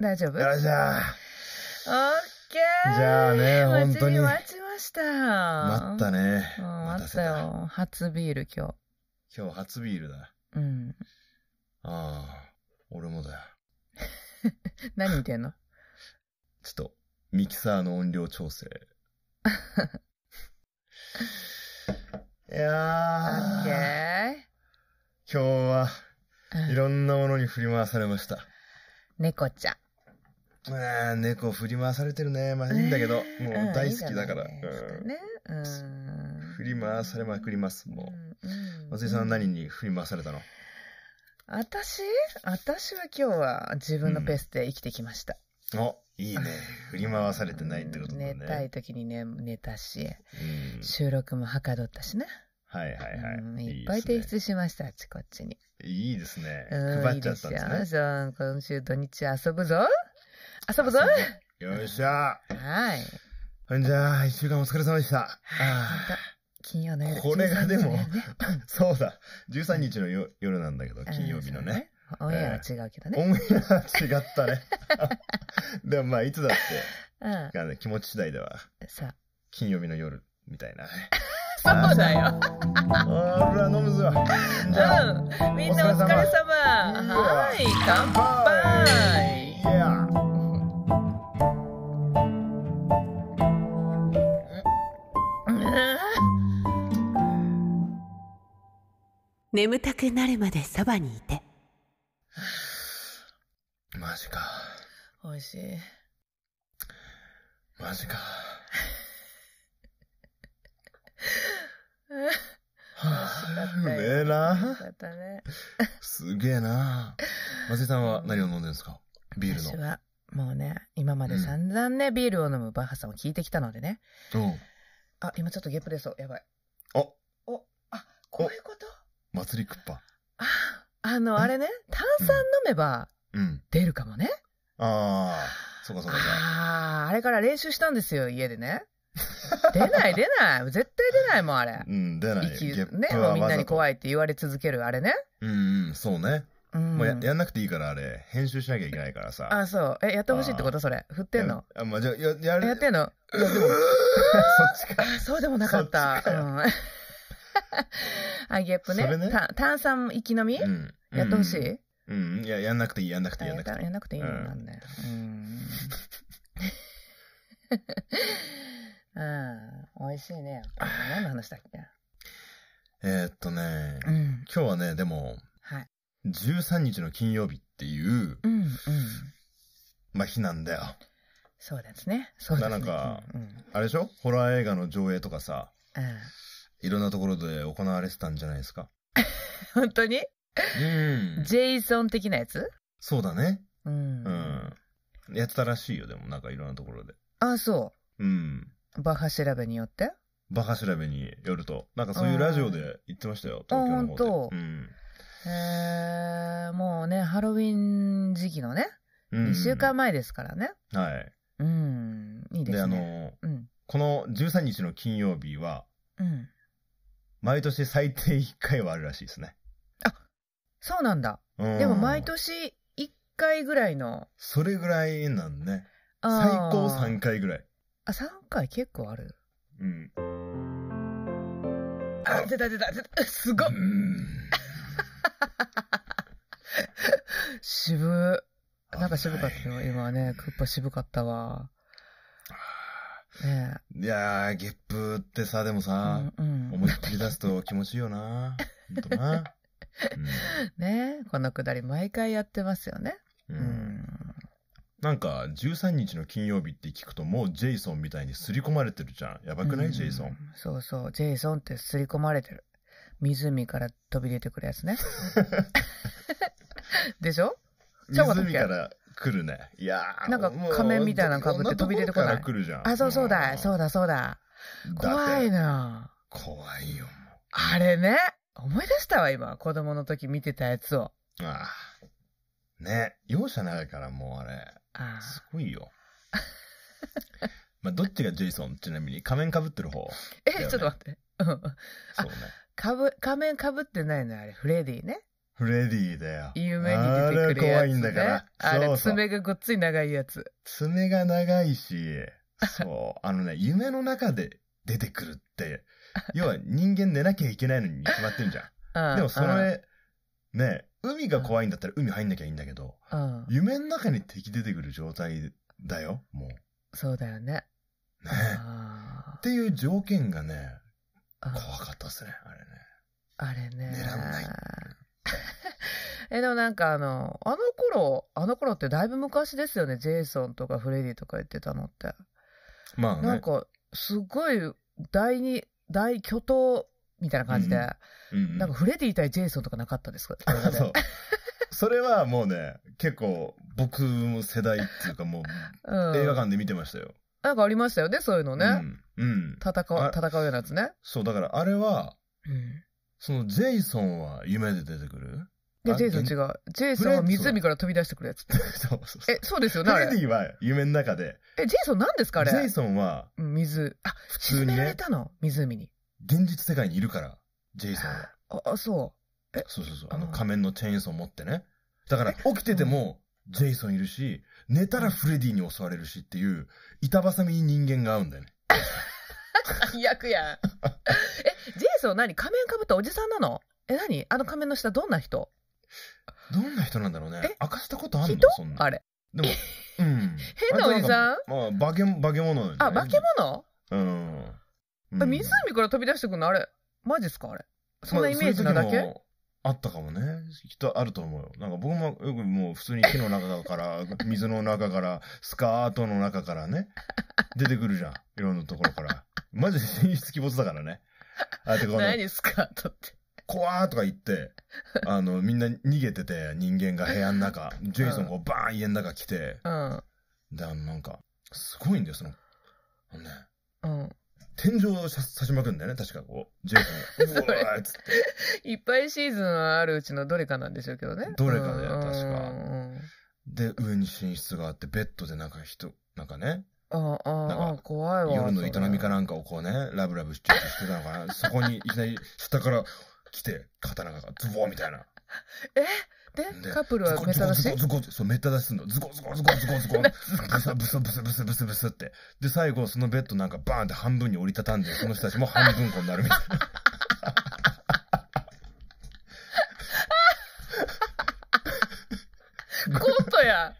大丈夫オッよっしゃケーじゃあね本当に待ちに待ちました。待ったね。ね。うん、待待たっせた。よ。初ビール今今日初ビールだ。日。うん。ああ、俺もだ。何見てんのちょっと、ミキサーの音量 調整。いオッケやー。ー、今日はうんいろんなものに振り回されました。猫ちゃん。あー猫振り回されてるね。まあいいんだけど、もねう大好きだから。うんいいじゃないですかうんね。うん。振り回されまくります、もうん。う。うん松井さんは何に振り回されたの私私は今日は自分のペースで生きてきました。お、いいね。振り回されてないってことだね。寝たい時にね、寝たし、うん収録もはかどったしね。はいはいうんはい。いっぱい提出しました、あっちこっちに。出。いいですね。うん配っちゃったんいいですでね。すよそう今週土日遊ぶぞ遊ぶぞよっしゃはい。ー。じゃあ、一週間お疲れ様でした。あ本当金曜の夜。これがでも13日の夜ねーそうだ。13日のよ夜なんだけど、金曜日のね。。うんオンエアは違うけどオね。ンエアは違った ね。でもまあ、いつだってうん。がね、気持ち次第では、さ金曜日の夜みたいなね。あ。そうだよ。あら、飲むぞ。じゃあ、うん。みんなお疲れ様。はい。乾杯。いや。眠たくなるまでそばにいてマジか。美味しい。マジか。うん美味しかはあ、うったよめえよな。かったね。すげえな。松井さんは何を飲んでるんですかビールの私。は、もうね、今まで散々ね、ビールを飲むバッハさんを聞いてきたのでね。うん。あ、今ちょっとゲップ出そう。やばい。おお、あ、こういうこと祭りクッパ。あ、あの、あれね、炭酸飲めばうん。出るかもね。ああ、そうかそうかそうか。ああ、あれから練習したんですよ、家で ね。出ない出ない。絶対出ないもん、あれ。うん、出ない。息ゲッね、プもはうみんなにい。怖いって言われ続ける、あれね。うんうん、そうね。うん。もうややんなくていいから、あれ。編集しなきゃいけないからさ。あ、そう。え、やってほしいってことそれ。振ってんのやあ、まあ、じゃあ、や、やえやる。ってんのいやでもそっちか。あそうでもなかった。そっちかようん。 あ、ゲップそれね。ねた炭酸息飲みやん。ってほしい、うん、いや、やんなくていい、やんなくてあいい、やんやたなくていやんなくていいのうんなんだよ。うん。 うん、美味しいね。何の話だっけい。えーっとね、うん。今日はね、でも、はい。 13日の金曜日っていう、うん、うん。まあ、日なんだよ。そうですね。そうですね。なんかうん、うん。あれでしょホラー映画の上映とかさ、うんいろんなところで行われてたんじゃないですか。本当にうんジェイソン的なやつそうだね。うん。うん。やってたらしいよ、でも、なんかいろんなところで。あ、そうん。う。バッハ調べによってバカ調べによると、なんかそういうラジオで言ってましたよ、東京のあほ方んで。とうん。えー、もうね、ハロウィン時期のね、うん2週間前ですからね。はい。うん、いいでで、すあね。の、うん、この13日の金曜日は、うん。毎年最低1回はあるらしいですね。そうなんだ。うんでも毎年1回ぐらいの。それぐらいなんね。あ最ー高3回ぐらい。あ、3回結構ある。うん。あ、出た出た出た。すごい。渋。なんか渋かったよ。今ね、クッパ渋かったわ。ねえ。いやー、ゲップってさ、でもさ、うんうん思いっきり出すと気持ちいいよな。ほんとな。ねえこのくだり毎回やってますよね。うん。ううんん。なんか、13日の金曜日って聞くと、もうジェイソンみたいに刷り込まれてるじゃん。やばくない、うんジェイソン。そうそう。ジェイソンって刷り込まれてる。湖から飛び出てくるやつ ね。でしょそうだっけ湖から来るね。いやーなんかもう仮面みたいなの被って飛び出てこないどんところから来るじゃん。あ、そうそうだ。んそうだそうだ。だって怖いな。怖いよ。あれね。思い出したわ、今。子供の時見てたやつを。ああ。ね。容赦ないからもうあれ。あすごいよ。まあ、どっちがジェイソンちなみに仮面被ってる方。ーえ、だよねちょっと待って。うんそうね。かぶ、仮面かぶってないのよあれ。フレディね。フレディだよ。夢に出てくるやつ、ね。あれ怖いんだから。あそれうそう爪がごっつい長いやつ。爪が長いし、そう、 あのね、夢の中で出てくるって、要は人間寝なきゃいけないのに決まってん じゃうんん。でもそうんれ、ね、海が怖いんだったら海入んなきゃいいんだけど、うん、夢の中に敵出てくる状態だよ、もう。ね。そうだよ ね。っあていう条件がね、ー怖かったっすね、あれね。あれね。狙わない え、でもなんかあの、あの頃、あの頃ってだいぶ昔ですよね。ジェイソンとかフレディとか言ってたのって。まあね。なんか、すごい、第二、大巨頭みたいな感じで、うんうんうんなんかフレディ対ジェイソンとかなかったですか映画で そう。それはもうね、結構僕の世代っていうかもううん、映画館で見てましたよ。なんかありましたよね、そういうのね。うん。うん。戦うあ、戦うようなやつね。そう、だからあれは、うん。そのジェイソンは夢で出てくる で、あジェイソン現違う。ジェイソンは湖から飛び出してくるやつ。そうそうそうえ、そうですよね、あフれ。レディは夢の中で、え、ジェイソン何ですか、あれジ。ェイソンはうん水。あ、普通沈にめらねれ、たの湖に。現実世界にいるから、ジェイソン は。あ、あそう。そうそうそう、ああーの仮面のチェーンソー持ってね。だから起きてても、ジェイソンいるし、寝たらフレディに襲われるしっていう、板挟みに人間が合うんだよね。最悪やん。 え、ジェイソン何仮面かぶったおじさんなのえ、何あの仮面の下どんな人どんな人なんだろうえね。明かしたことあんの人そんな。あれ。でも、うん。 変なおじさんあれとなんかまあ、化け、化け物なんだあ、よね化け物うん。えうん湖から飛び出してくるのあれ。マジっすかあれ。そんなイメージなまあだけ、そういう時もあったかもね。きっとあると思うよ。なんか僕もよくもう普通に木の中 から、水の中から、スカートの中からね、出てくるじゃん。いろんなところから。マジで神出鬼没だからね。あてこの、何スカートって。怖ーとか言って、あの、みんな逃げてて、人間が部屋の中、ジェイソンがこうバーン家の中来て、うん。で、あの、なんか、すごいんだよ、その、あのね、うん。天井をさ刺しまくんだよね、確かこう、ジェイソ ンが。うわーっつって。いっぱいシーズンあるうちのどれかなんでしょうけどね。どれかだようん確かうんで、上に寝室があって、ベッドでなんか人、なんかね、ああ、なんあかあ、怖いわ。夜の営みかな。なんかをこうね、ラブラブしちゃってしてたのかな。そこにいきなり下から来て、刀がズボーみたいな。で、でカップルズはコメズタコ出しズコズコそう、めった出しすんの。ズコズコズコズコズ コ。ブスブスブスブスブスブスって。で、最後、そのベッドなんかバーンって半分に折りたたんで、その人たちも半分こになるみた いな。コント や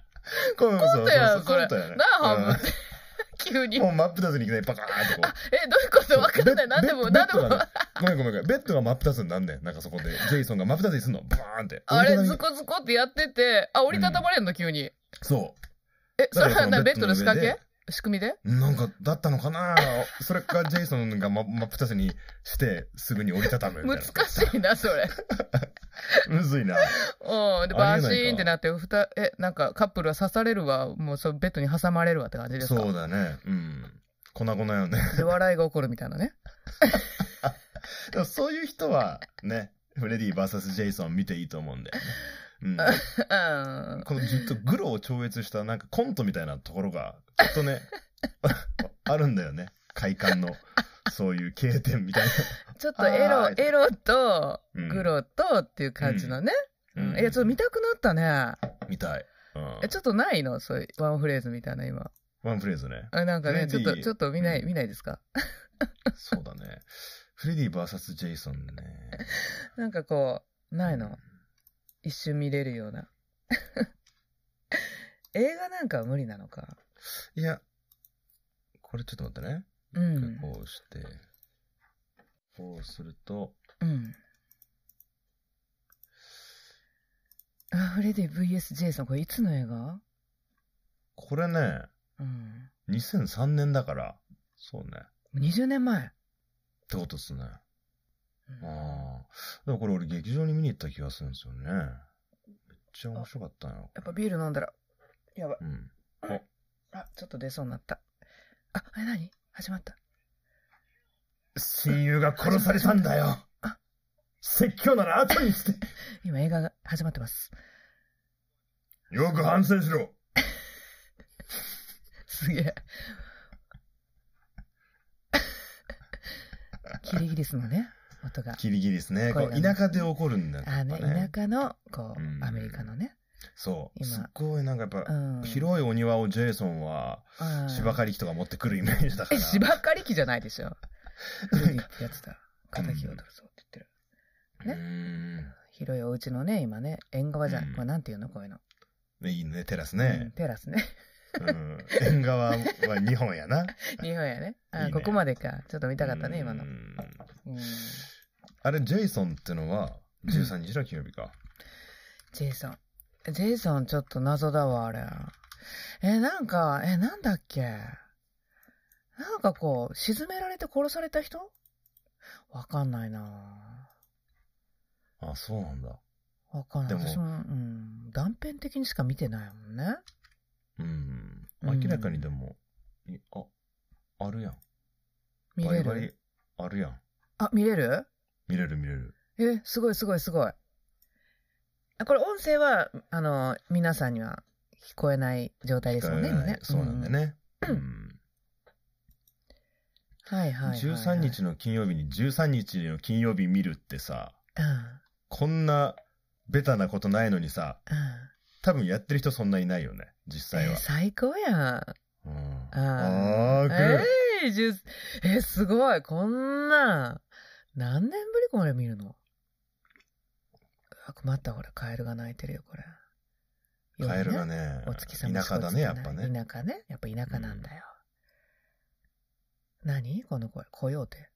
コンコントやん、それ。コントやねなあ、半分うんって。 急に。え、どもう真っ二つにいきなりパカーンとこう。ういうことわかんない。何でも、ベ何ッでドもがね。ごめんごめんごめん。ベッドが真っ二つになんねん。なんかそこで、ジェイソンが真っ二つにすんの。バーンって。あれ、折りズたたコみズコってやってて、あ、折りたたまれんの、急に。え、そそれはな、だからこのベッドの仕掛ベッドのけ仕組みでう。なんか、だったのかなそれか、ジェイソンがま真っ二つにして、すぐに折りたたむみたい難な。しいな、それ。むずいな。うん。で、あバりえないかシーンってなって、ふた、え、なんかカップルは刺されるわ、もうそう、ベッドに挟まれるわって感じですかそうだね。うん。粉々よね。で、笑いが起こるみたいな ね。でもそういう人は、ね、フレディ VS ジェイソン見ていいと思うんで。うん、うん。このずっとグロを超越したなんかコントみたいなところがきっ とねあるんだよね快感のそういう経点みたいなちょっとエあロ、ーエロと、うんグロとっていう感じのね。うんえ、ちょっと見たくなったね。見たい、うんえ、ちょっとないのそういうワンフレーズみたいな、今。ワンフレーズねあなんかね、レちデょっィーと、ちょっと見ない、うん見ないですかそうだねフレディ VS ジェイソンねなんかこう、ないの一瞬見れるような。 映画なんかは無理なのか。いやこれちょっと待ってね、うん。こうしてこうするとうん。あ、フレディ VS ジェイソン、これいつの映画これねうん。 2003年だからそうねっ20年前。てことっすねうんああ。でもこれ俺劇場に見に行った気がするんですよね。めっちゃ面白かったな。やっぱビール飲んだら、やばい。うん。あ、ちょっと出そうになった。あ、あれ何始まった。親友が殺されたんだよあ説教なら後にして今映画が始まってます。よく反省しろすげえ。キリギリスのね、音 が。キリギリス声ね。こがうね田舎で起こるんだやっあぱのねね、。田舎の、こうんう、アメリカのね。そう。今すっごいなんかやっうぱ、ん。広いお庭をジェイソンは、うん芝刈り機とか持ってくるイメージだかえ、ら。芝刈り機じゃないでしょ。グリってやつだ。敵を取るぞって言ってる。ねうん広いお家のね、今ね、縁側じゃうんん。これなんていうのこういうの。ねいいね、テラスうんね。テラス ね。うん。縁側は日本や な。日本やね。いいあ、ねここまでか。ちょっと見たかったうね、ん今の。うんあれ、ジェイソンってのは、13日の金曜日か。ジェイソン。ジェイソンちょっと謎だわ、あれ。え、なんか、え、なんだっけ。なんかこう、沈められて殺された人わかんないなあ、そうなんだ。わかんない。でも私も、うん、断片的にしか見てないもんね。うん。うん明らかにでも、いあ、あるやん。見バれリるバリ、あるやん。あ、見れる見れる見れる。え、すごいすごいすごい。あこれ音声は、あの、皆さんには聞こえない状態ですもんね、使え今ないね。そうなんだよん。ね。うんはいはいはい、はい。 13日の金曜日に13日の金曜日見るってさ、うん。うん。こんなベタなことないのにさ、多分やってる人そんないないよね、実際えは。最高やん。うんああー、来る。えー、10え、すごい。こんなん。何年ぶりこれ見るのあ、困った、これ。カエルが鳴いてるよ、これ。夜カエルがね。ね、お月様田しか舎映だっね、てやないっぱね。田舎ね。やっぱ田舎なんだよ。何この声。コヨーテ。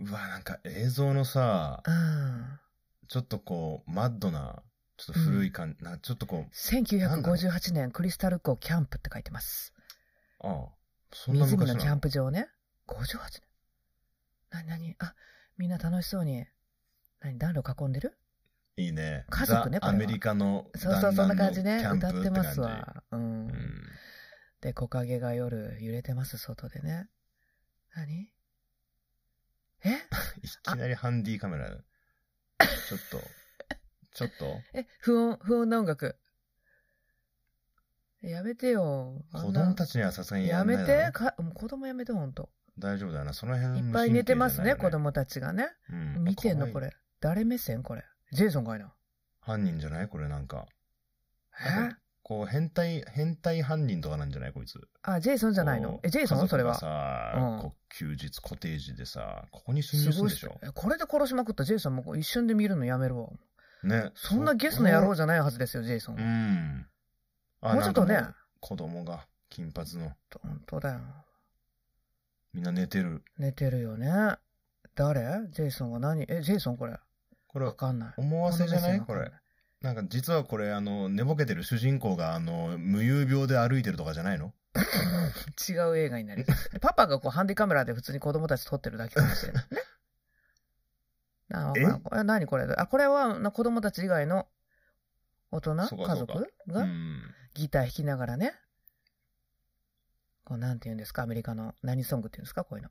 うわ、なんか映像のさ、うん。ちょっとこう、マッドな、ちょっと古い感じ、なちょっとこう、 1958年クリスタル湖キャンプって書いてます。ああ、そんな湖昔のキャなンのプ場ね。58年。な、なにあ、みんな楽しそうに。なに暖炉囲んでるいいね。家族ねこザれはアメリカのそうそう、そんな感じね。弾丸のキ歌ってャンプま感すじわ。うん。うんで、木陰が夜揺れてます、外でね。なにえいきなりハンディカメラ。ちょっと、 ちょっと、え、不穏、不穏な音楽。やめてよ。あ子んな供たちにはさすがにやんないめだろて。うかもう子供やめて、ほんと。大丈夫だよな。その辺いっぱい寝てますね、子。供たちがね。無神経じゃないよねうん見てんのあこ。怖いれ。誰目線これ。ジェイソンかいな。犯人じゃないこれなんか。なんかこう、変態、変態犯人とかなんじゃないこいつ。あ、ジェイソンじゃないのこうえ、ジェイソンそれ家族は。がうんさ、こう休日コテージでさ、ここに侵す入するごんいでっしすよょ。えこれで殺しまくったジェイソンもこう一瞬で見るのやめるわ。ね。そんなゲスな野郎じじゃないはずですよ、ジェイソン。うもん。あうちょっと。ねなんかもう、子供が、金髪の、本当だよ。みんな寝てる。寝てるよね。誰ジェイソンは何え、ジェイソンこれ。これわ、かんない。思わせじゃないここの目線わかんれ。なんか実はこれ、あの、寝ぼけてる主人公が、あの、無遊病で歩いてるとかじゃないの違う映画になり そうパパがこうハンディカメラで普通に子供たち撮ってるだけかもしれない。ね。なあ、わかんないこれ何これあ、これはな子供たち以外の大人そうか家そうか族うがん。ギター弾きながらね、こうなんて言うんですかアメリカの何ソングっていうんですかこういうの。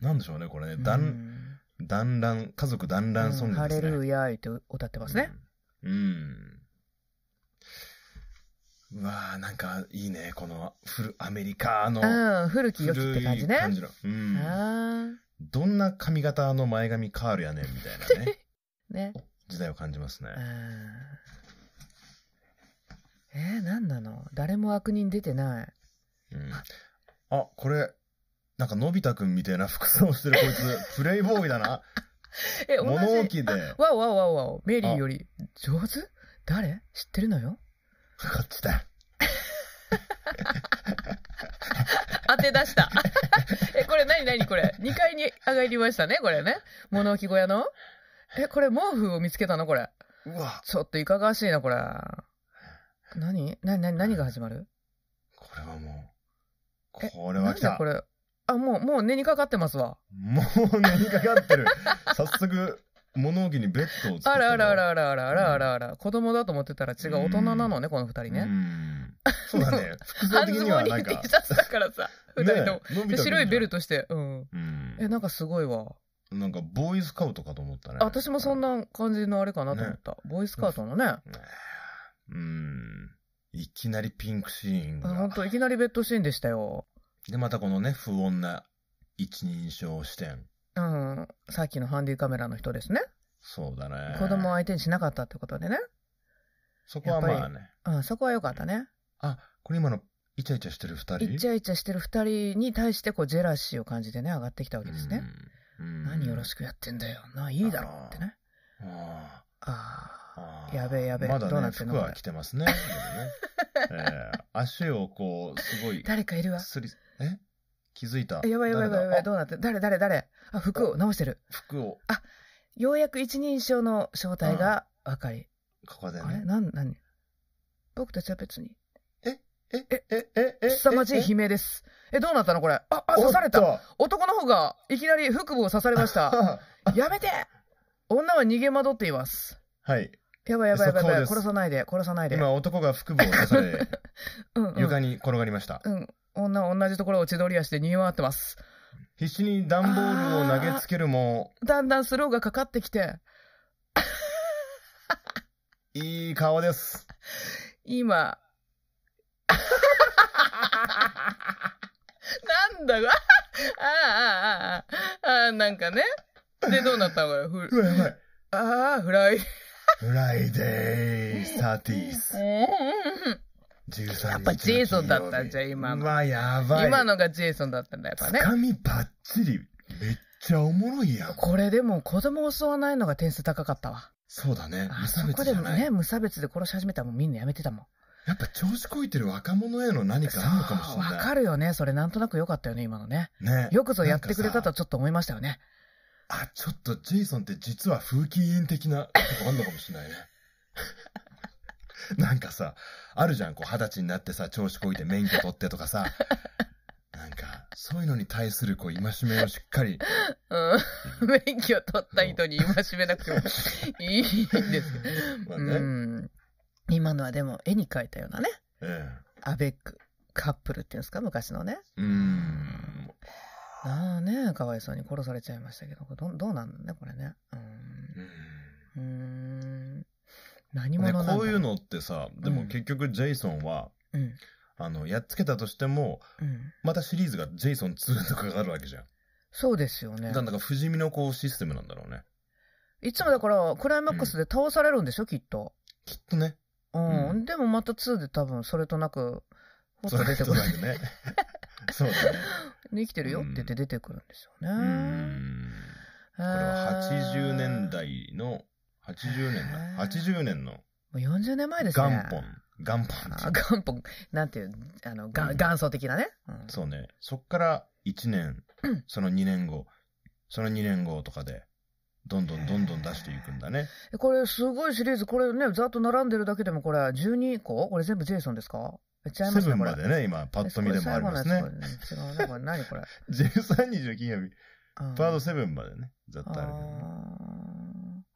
なんでしょうね、これね。団、団らん、家族団ラらんソングハですね。レルヤーって歌ってますね。うん。うん。うわあなんかいいね、この、フル、アメリカの、うん、古き良きって感古じいね。感じの。うん。あどんな髪型の前髪カールやねん、みたいなね。あ、 ね。時代を感じますねあ。ーえー、何なの誰も悪人出てない。うんあ、これ、なんかのび太くんみたいな服装してるこい つ、プレイボーイだな。え、同じ物置で、わおわおわおわお、メリーより上手誰知ってるのよこっちだ。当て出した。 え、これ何何これ。2階に上がりましたね、これね。物置小屋の。え、これ毛布を見つけたのこれ。うわ、ちょっといかがわしいな、これ。何何何何が始まるこれはもえう、これなはん来だたこ。れ。あ、もう、もう根にかかってますわ。もう何かかってる。早速、物置にベッドを作ったあらあらああらあらあらあらあらあら。子供だと思ってたら違う大人なのね、この二人ね。そうだね。服装半的ズにボはンになん T か、シャツだからさ、二人とも。ねのでび太くんじゃん白いベルトして、うん。うんえ、なんかすごいわ。なんか、ボーイスカウトかと思ったね。あ私もそん。な感じのあれかなと思った。ボーイスカートのね。あうん。いきなりピンクシーンほんが。と、いきなりベッドシーンでしたよ。で、またこのね、不穏な一人称視点。うん、さっきのハンディカメラの人ですね。そうだね。子供を相手にしなかったってことでね。そこはまあね。うん、そこは良かったね。あ、これ今のイチャイチャしてる二人イチャイチャしてる二人に対して、こう、ジェラシーを感じてね、上がってきたわけですね。。うん何よろく。しくやってんだよ。な、いいだろうってね。あああ。ーやべえやべえまだどうなね、ってん服のこはれ着てますね。でもね えー足をこう、すごい、誰かいるわ。すり、え気づいた。やばいやばいやばいや誰だばい。どうなって誰誰誰あ、服を直してる。あ服を、ようやく一人称の正体が分かり。ここであれね。なん、何僕たちは別に。え、え、え、え、え、凄まじい悲鳴です。え、どうなったのこれ。あ、あ、刺された。た男の方が、いきなり腹部を刺されま した。やめて女は逃げ惑っています。はい。やばいやばいやばいやばそうい。です殺さないで、殺さないで。今、男が腹部を刺され、 うん、うん。床に転がりました。うん。女は同じところを血取り足で逃げ回ってます。必死に段ボールを投げつけるも、だんだんスローがかかってきて、いい顔です。今。なんだ が、ああ、ああ、ああ、ああ、なんかね。で、どうなったのかよ。ふわ、やばい。ああ、フライ。フライデーサティうス。ん13やっぱジェイソンだったんじゃん今のうわ、やばい。今のがジェイソンだったんだ、やっぱねつ。かみばっちり。めっちゃおもろいやん。これでも子供を襲わないのが点数高かったわ。そうだね。あ無そ差こ別じでゃもない。ね、無差別で殺し始めたらもうみんなやめてたもん。やっぱ調子こいてる若者への何かあるのかもしれない。わかるよね。それなんとなく良かったよね、今のね。ね。よくぞやってくれたとなんかはちょっと思いましたよね。さ。あ、ちょっとジェイソンって実は風紀委員的なとこあんのかもしれないね。 なんかさ、あるじゃん、こう二十歳になってさ、調子こいて免許取ってと かさ。なんか、そういうのに対するこう戒めをしっかりうん。 免許取った人に今しめなくてもいいんですけど。 まあうね、ん。今のはでも絵に描いたようなね。えアベックカップルっていうんですか、昔のね。え。うん。ああね、かわいそうに殺されちゃいましたけど、これどどうなんだね、これね。うん。うーん。何ね者なんだろこういう、のってさ、でうもん結局ジェイソンは、うん。あの、やっつけたとしても、うん。またシリーズがジェイソン2とかがあるわけじゃん。そうですよねだ。から不死身のこうシステムなんだろうね。いつもだから、クライマックスで倒されるんでしょ、きっと。きっとね。うん。うんでもまた2で多分、それとなく、ほっと出てそくうるだ。よ ね。そうだね。生きてるよって言って出てくるんですようね。ん。これこれは80年。代の、80年だ。80年のもう40年前ですね。元本。元あ本。元本。なんていう、あの、がうん元祖的なね。うんそうね。そっから1年うん、その2年後、その2年後とかで、どんどんどんどん出していくんだね。えこれすごいシリーズ、これね、ざっと並んでるだけでもこれ12個これ全部ジェイソンですかえ違いまセすブね、ンこれ。までね、今、パッと見でもありますねこ。れ最後のやつこれね違うね、これ何これ。 13日の金曜日、うんパート7までね、ざっとあるけどね。あ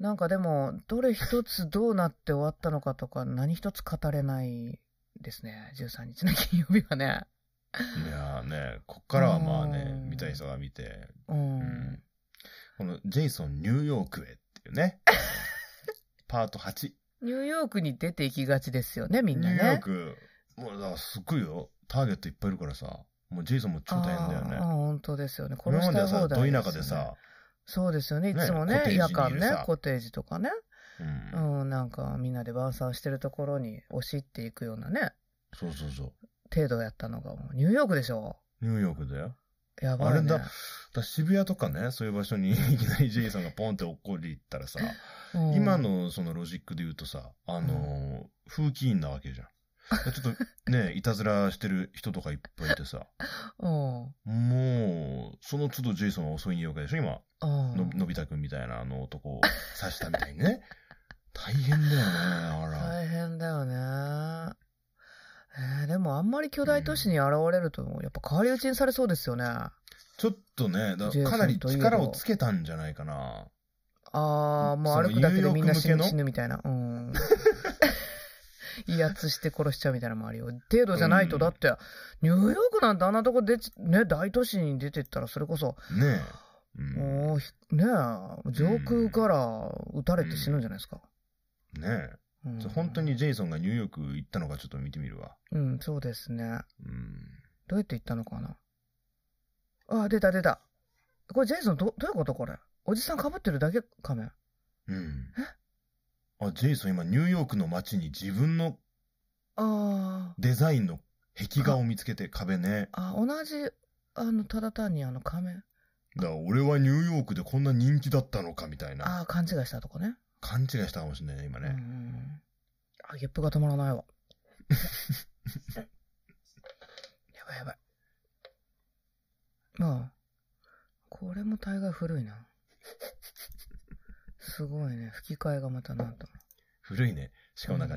ーなんかでも、どれ一つどうなって終わったのかとか、何一つ語れないですね、13日の金曜日はね。いやーね、こっからはまあねう、ん見たい人が見て、うん。うんこのジェイソンニューヨークへってい うね、パート8。ニューヨークに出て行きがちですよね、みニんュなーね。ヨーク、もうだからすごいよ、ターゲットいっぱいいるからさ、もうジェイソンも超大変だよあーね。本当ですよね。殺今ましでたはい放さ、題どすよね田舎で。さ、そうですよね。いつもねね、夜間コテージにいるねさ、コテージとかね。うんうん、なんかみんなで晩餐してるところに押し入っていくようなね、そうそうそう。程度やったのがもうニューヨークでしょ。ニューヨークだよ。やばい、ね。あれだだから渋谷とかね、そういう場所に いきなりジェイソンがポンって落っこりったらさ、うん今のそのロジックで言うとさ、あのー風紀委員なわけじゃん。ちょっとね、いたずらしてる人とかいっぱいいてさ、うん。もう、その都度ジェイソンは襲いにいるわけでしょ、今。うんののび太くんみたいなあの男を刺したみたいに ね。大変だよね、あら。大変だよね。えーでもあんまり巨大都市に現れると、やっぱ変わり討ちにされそうですよね。あちょっとね、だジェイソンかなりといえど力をつけたんじゃないかな。あー、もそうの歩くだけでみんな死ニュぬーヨーク向けの死ぬみたいな。うん。 威圧して殺しちゃうみたいなのもあるよ。程度じゃないと、うんだって、ニューヨークなんてあんなとこで、ね、大都市に出てったら、それこそ、ねえ。うんもうひ、ねえ、上空から撃たれて死ぬんじゃないですか。ねうんえ。ちょ本当。にジェイソンがニューヨーク行ったのかちょっと見てみるわ。うん、そうですね。うん。どうやって行ったのかな。あ、出た出た。これジェイソンど、どういうことこれおじさん被ってるだけかねうん。あ、ジェイソン今ニューヨークの街に自分のあデザインの壁画を見つけて壁ね。あ、あ、同じ、あの、ただ単にあの仮面。だから俺はニューヨークでこんな人気だったのかみたいなああ、勘違いしたとこね。勘違いしたかもしれないね、今うんうんうね。んあ、ゲップが止まらないわ。 やばいやばい。まあ、これも大概古いな。 すごいね。吹き替えがまたなんと。古いね。しかもなんか、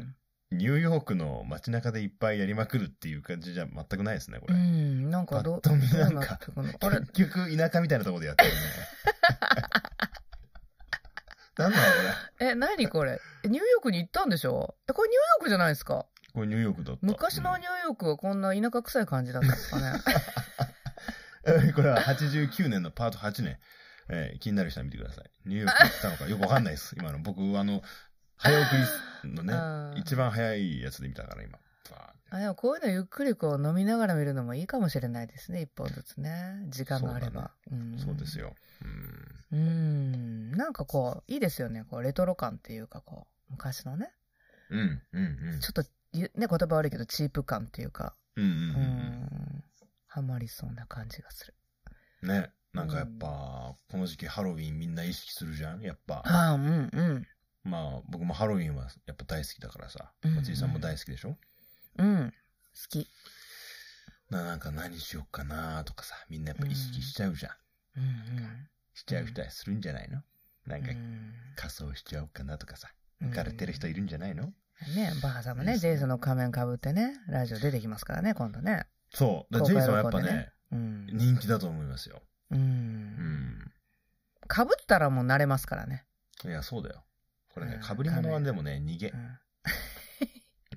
ニューヨークの街中でいっぱいやりまくるっていう感じじゃ全くないですね、こうれ。ん、なんかどう、ぱっと見なんかどうってくのあれ結局、田舎みたいなところで やってるね。なんだろうね。え、何これえニューヨークに行ったんでしょえ、これニューヨークじゃないですかこれニューヨークだった。昔のニューヨークはこんな田舎臭い感じだったんですかね。うんこれは89年のパート8ね。えー気になる人は見てください。ニューヨークに行ったのかよくわかんないです。今の僕、あの、早送りの ね、うん一番早いやつで見たから今。バあでもこういうのゆっくりこう飲みながら見るのもいいかもしれないですね一本ずつね時間があればう,、ーンんそうですよ。うん。うんなんかこういいですよねこうレトロ感っていうかこう昔のねうん、うん、うんちょっとゆね言葉悪いけどチープ感っていうかうんううんんうんハマりそうな感じがするうん。ね。なんかやっぱ、この時期ハロウィンみんな意識するじゃんやっぱ。ああうんうんまあ、僕もハロウィンはやっぱ大好きだからさ。うん松井さんも大好きでしょうん好きななんか何しよっかなとかさ、みんなやっぱ意識しちゃうじゃん。うんしちゃう人はするんじゃないのなんうんかうん仮装しちゃおうかなとかさ。うん浮かれてる人いるんじゃないのねバッハさんもいいねですジねェイソンの仮面かぶってねラジオ出てきますからね今度ねそう。だから公ジェイ開ソンはやっぱ録音でねね、うん人気だと思いますよ。ううんん。かぶったらもう慣れますからね。いや、そうだよ。これうねん、被り物はでもね、逃げう。ん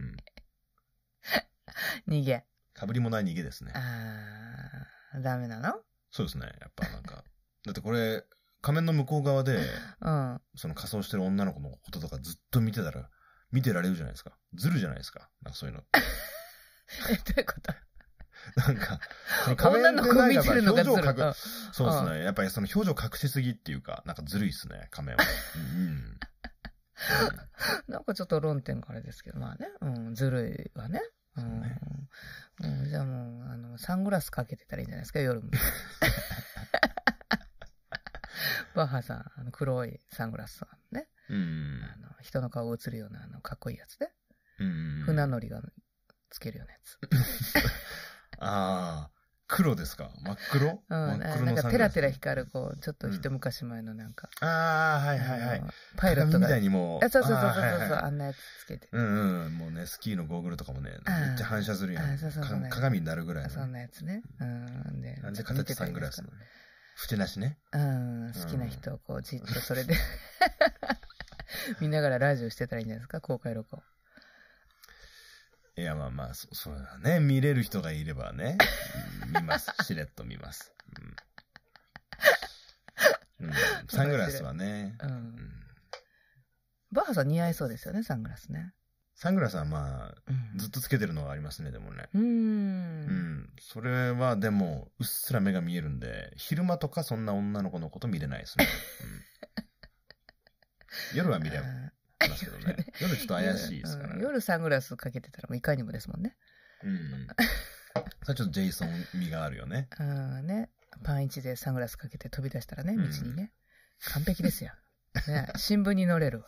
うん。逃げ。被り物は逃げですね。あー、ダメなのそうですね。やっぱなんか。だってこれ、仮面の向こう側で、うん。 その仮装してる女の子のこととかずっと見てたら、見てられるじゃないですか。ずるじゃないですか。なんかそういうの って。え、どういうことなんか、その 女の子見てるのがずる表情をと。隠そうですね。やっぱりその表情隠しすぎっていうか、なんかずるいですね、仮面は。うんうん。なんかちょっと論点があれですけど、まあね。うん、ずるいわね。うん。ねうん、じゃあもう、あの、サングラスかけてたらいいんじゃないですか、夜も。 バッハさん、あの黒いサングラスさんね。うんあの人の顔が映るような、あの、かっこいいやつね。うん。うん。船乗りがつけるようなやつ。ああ、黒ですか真っ黒うん、真あっな黒んのかサンテグララテスラ光る、こう、ちょっと一昔前のなんか、ああ、はいはいはあいの。パイロット鏡みが。たいにもう。あそうそうそうそうそう、あーはいはいはいあんなやつつけて。うんうん。もうね、スキーのゴーグルとかもね、めっあーちゃ反射するやあん。ーそうそうそうか鏡になるぐらいそのん。なやつね。うん。で、なんで見形てたサりングラですスかのね。縁なしね。うん。好きな人をこう、じっとそれで、 見ながらラジオしてたらいいんじゃないですか、公開録音。いや、まあまあ、そそうだね。見れる人がいれば ね。うん見ます。しれっと見ます。うん。うんサングラスはね。う。うんんバッハさん似合いそうですよね、サングラスね。サングラスはまあ、うん。ずっとつけてるのはありますね、でもね。うー。うんん、それはでも、うっすら目が見えるんで、昼間とかそんな女の子のこと見れないですね。うん、夜は見れあますけどね。夜ちょっとー怪しいですからうんね。夜サングラスかけてたらもういかにもですもんね。うん。 それちょっとジェイソン味があるよね。うんね。パンイチでサングラスかけて飛び出したらね、う道んにね。完璧 ですよ。ね。新聞に載れるわ。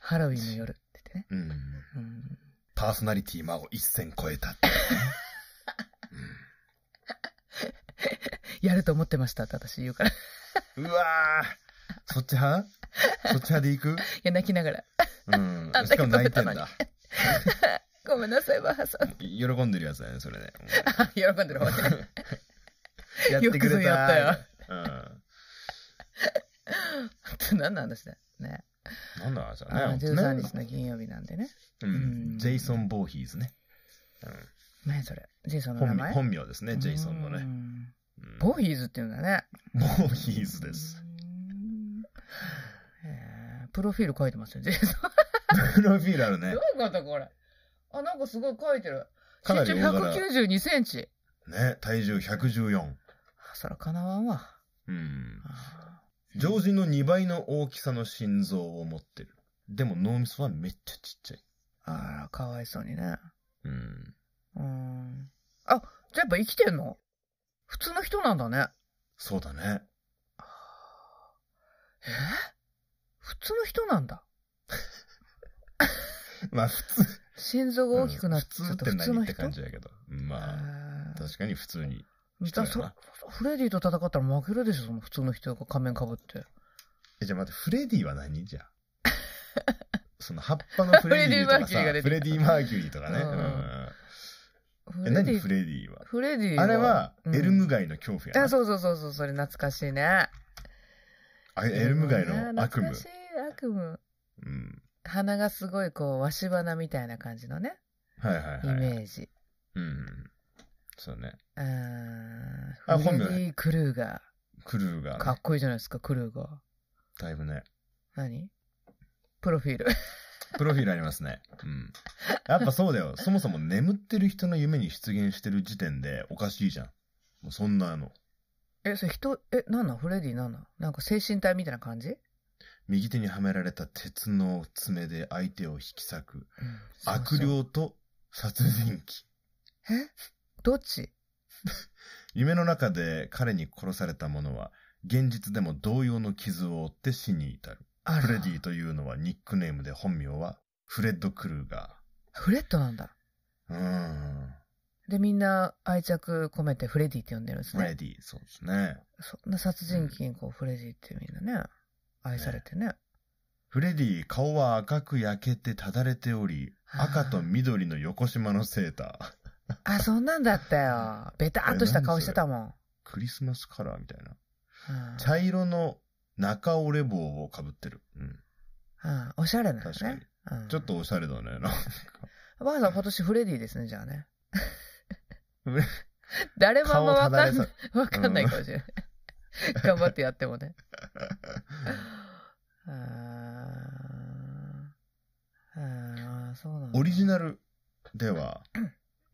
ハロウィンの夜って言ってね。うん。うんパーソナリティ孫一線超えたっていうね。やると思ってましたって私言うから。いうわーそっち派そっち派で行くや、泣きながら。うんあん。だしけかも食泣べいてたんのにだ。ごめんなさい、バッハさん。喜んでるやつだよね、それね。あ喜んでる方ね。やってく よくぞれたやったようん。何の話だよね。なんだ、じゃああね。 13日の金曜日なんでね。ううんんジェイソン・ボーヒーズね。何それ。ジェイソンうんの名本前名本名ですね、ジェイソンのうね。んうんボーヒーズっていうんだね。ボーヒーズです。うん。へープロフィール書いてますよ、ジェイソン。プロフィールあるね ど。ういうことこれ。あ、なんかすごい書いてる。かなり身大長柄。 192センチ。ね、体重114。あそらかなわんわ。うん。あ常人の2倍の大きさの心臓を持ってる。でも脳みそはめっちゃちっちゃい。ーあら、かわいそうにね。うん。うーん。あ、じゃあやっぱ生きてんの普通の人なんだね。そうだね。え普通の人なんだ。まあ普通。心臓が大きくなっちうんゃっ普た通って普通何のって人感じやけど。まあ、あー確かに普通に。人だやそなフレディと戦ったら負けるでしょ、その普通の人が仮面かぶって。え、じゃあ待って、フレディは何じゃ あその葉っぱのフレディとかさ、フフレレデディ・ィマーキュリーとかね。うんうんフえ、レデ何ィフレディは。フレディあれは、うんエルム街の恐怖やあ、な。そうそうそうそう、それ懐かしいね。あエルム街の悪懐夢かし。い悪夢。うん。鼻がすごいこう、わし花みたいな感じのね、はいはいイはい。メージ。うん。そうね。うーあん。フ本名レディ・クルーガクルーー。がね、かっこいいじゃないですか、クルーガー。だいぶね、何プロフィール。 プロフィールありますね。うん。やっぱそうだよ。 そもそも眠ってる人の夢に出現してる時点でおかしいじゃん。もうそんなの。え、それ人、え、なんなんフレディなんなんなんか精神体みたいな感じ、うん、右手にはめられた鉄の爪で相手を引き裂くそうそう悪。霊と殺人鬼。えどっち夢の中で彼に殺された者は、現実でも同様の傷を負って死に至る。あらフレディというのはニックネームで本名はフレッド・クルーガフレットなんだ。ー。うーん。で、みんな愛着込めてフレディって呼んでるんですフレね。ディ、そうですね。そんな殺人鬼にこう、フレディってみんなね、愛されてね。フレディ、顔は赤く焼けてただれており、あー赤と緑の横縞のセーター。あ、そんなんだったよ。ベターっとした顔してたもん。クリスマスカラーみたいな。うん茶色の中折れ帽をかぶってる。うん。うん、おしゃれなの確か にね。うんちょっ。とおしゃれだね。なんかばあさん今年フレディですね、じゃあ ねフレ。誰もあん顔またわだかれんなさい、。わかんないかもしれない。頑張ってやっても ね。あーあー、そうなんだ。オリジナルでは、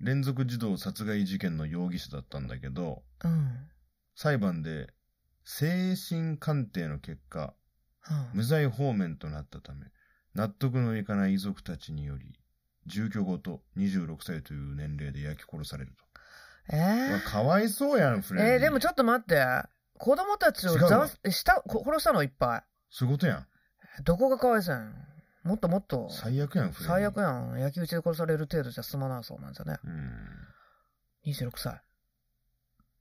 連続児童殺害事件の容疑者だったんだけど、うん。うん裁判で精神鑑定の結果、無罪方面となったため、納得のいかない遺族たちにより、住居ごと26歳という年齢で焼き殺されると。えーうわかわいそうやん、フレディ。えーでもちょっと待って。子供たちを違うのざんしたこ殺したのいっぱそういうことやん。い。どこがかわいそうやん。もっともっと。最悪やん、フレディ。最悪やん。焼き討ちで殺される程度じゃ済まなそうなんじゃね。うん。 26歳。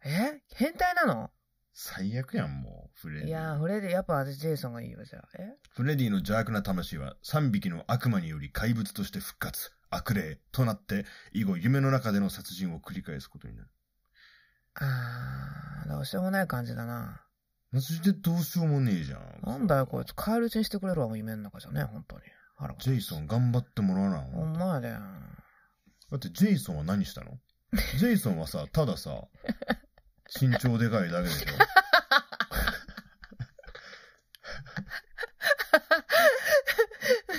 え変態なの最悪やん、もう、フレディ。いやー、フレディ、やっぱ私、ジェイソンがいいよ、じゃあ。えフレディの邪悪な魂は3匹の悪魔により怪物として復活、悪霊となって、以後夢の中での殺人を繰り返すことになる。あー、どうしようもない感じだな。マジでどうしようもねえじゃん。なんだよ、こいつ。帰り討ちにしてくれるわ、もう夢の中じゃね、本当に。あら、ジェイソン頑張ってもらわな。ほんまやで。 だってジェイソンは何したのジェイソンはさ、たださ、身長でかいだ けでしょ。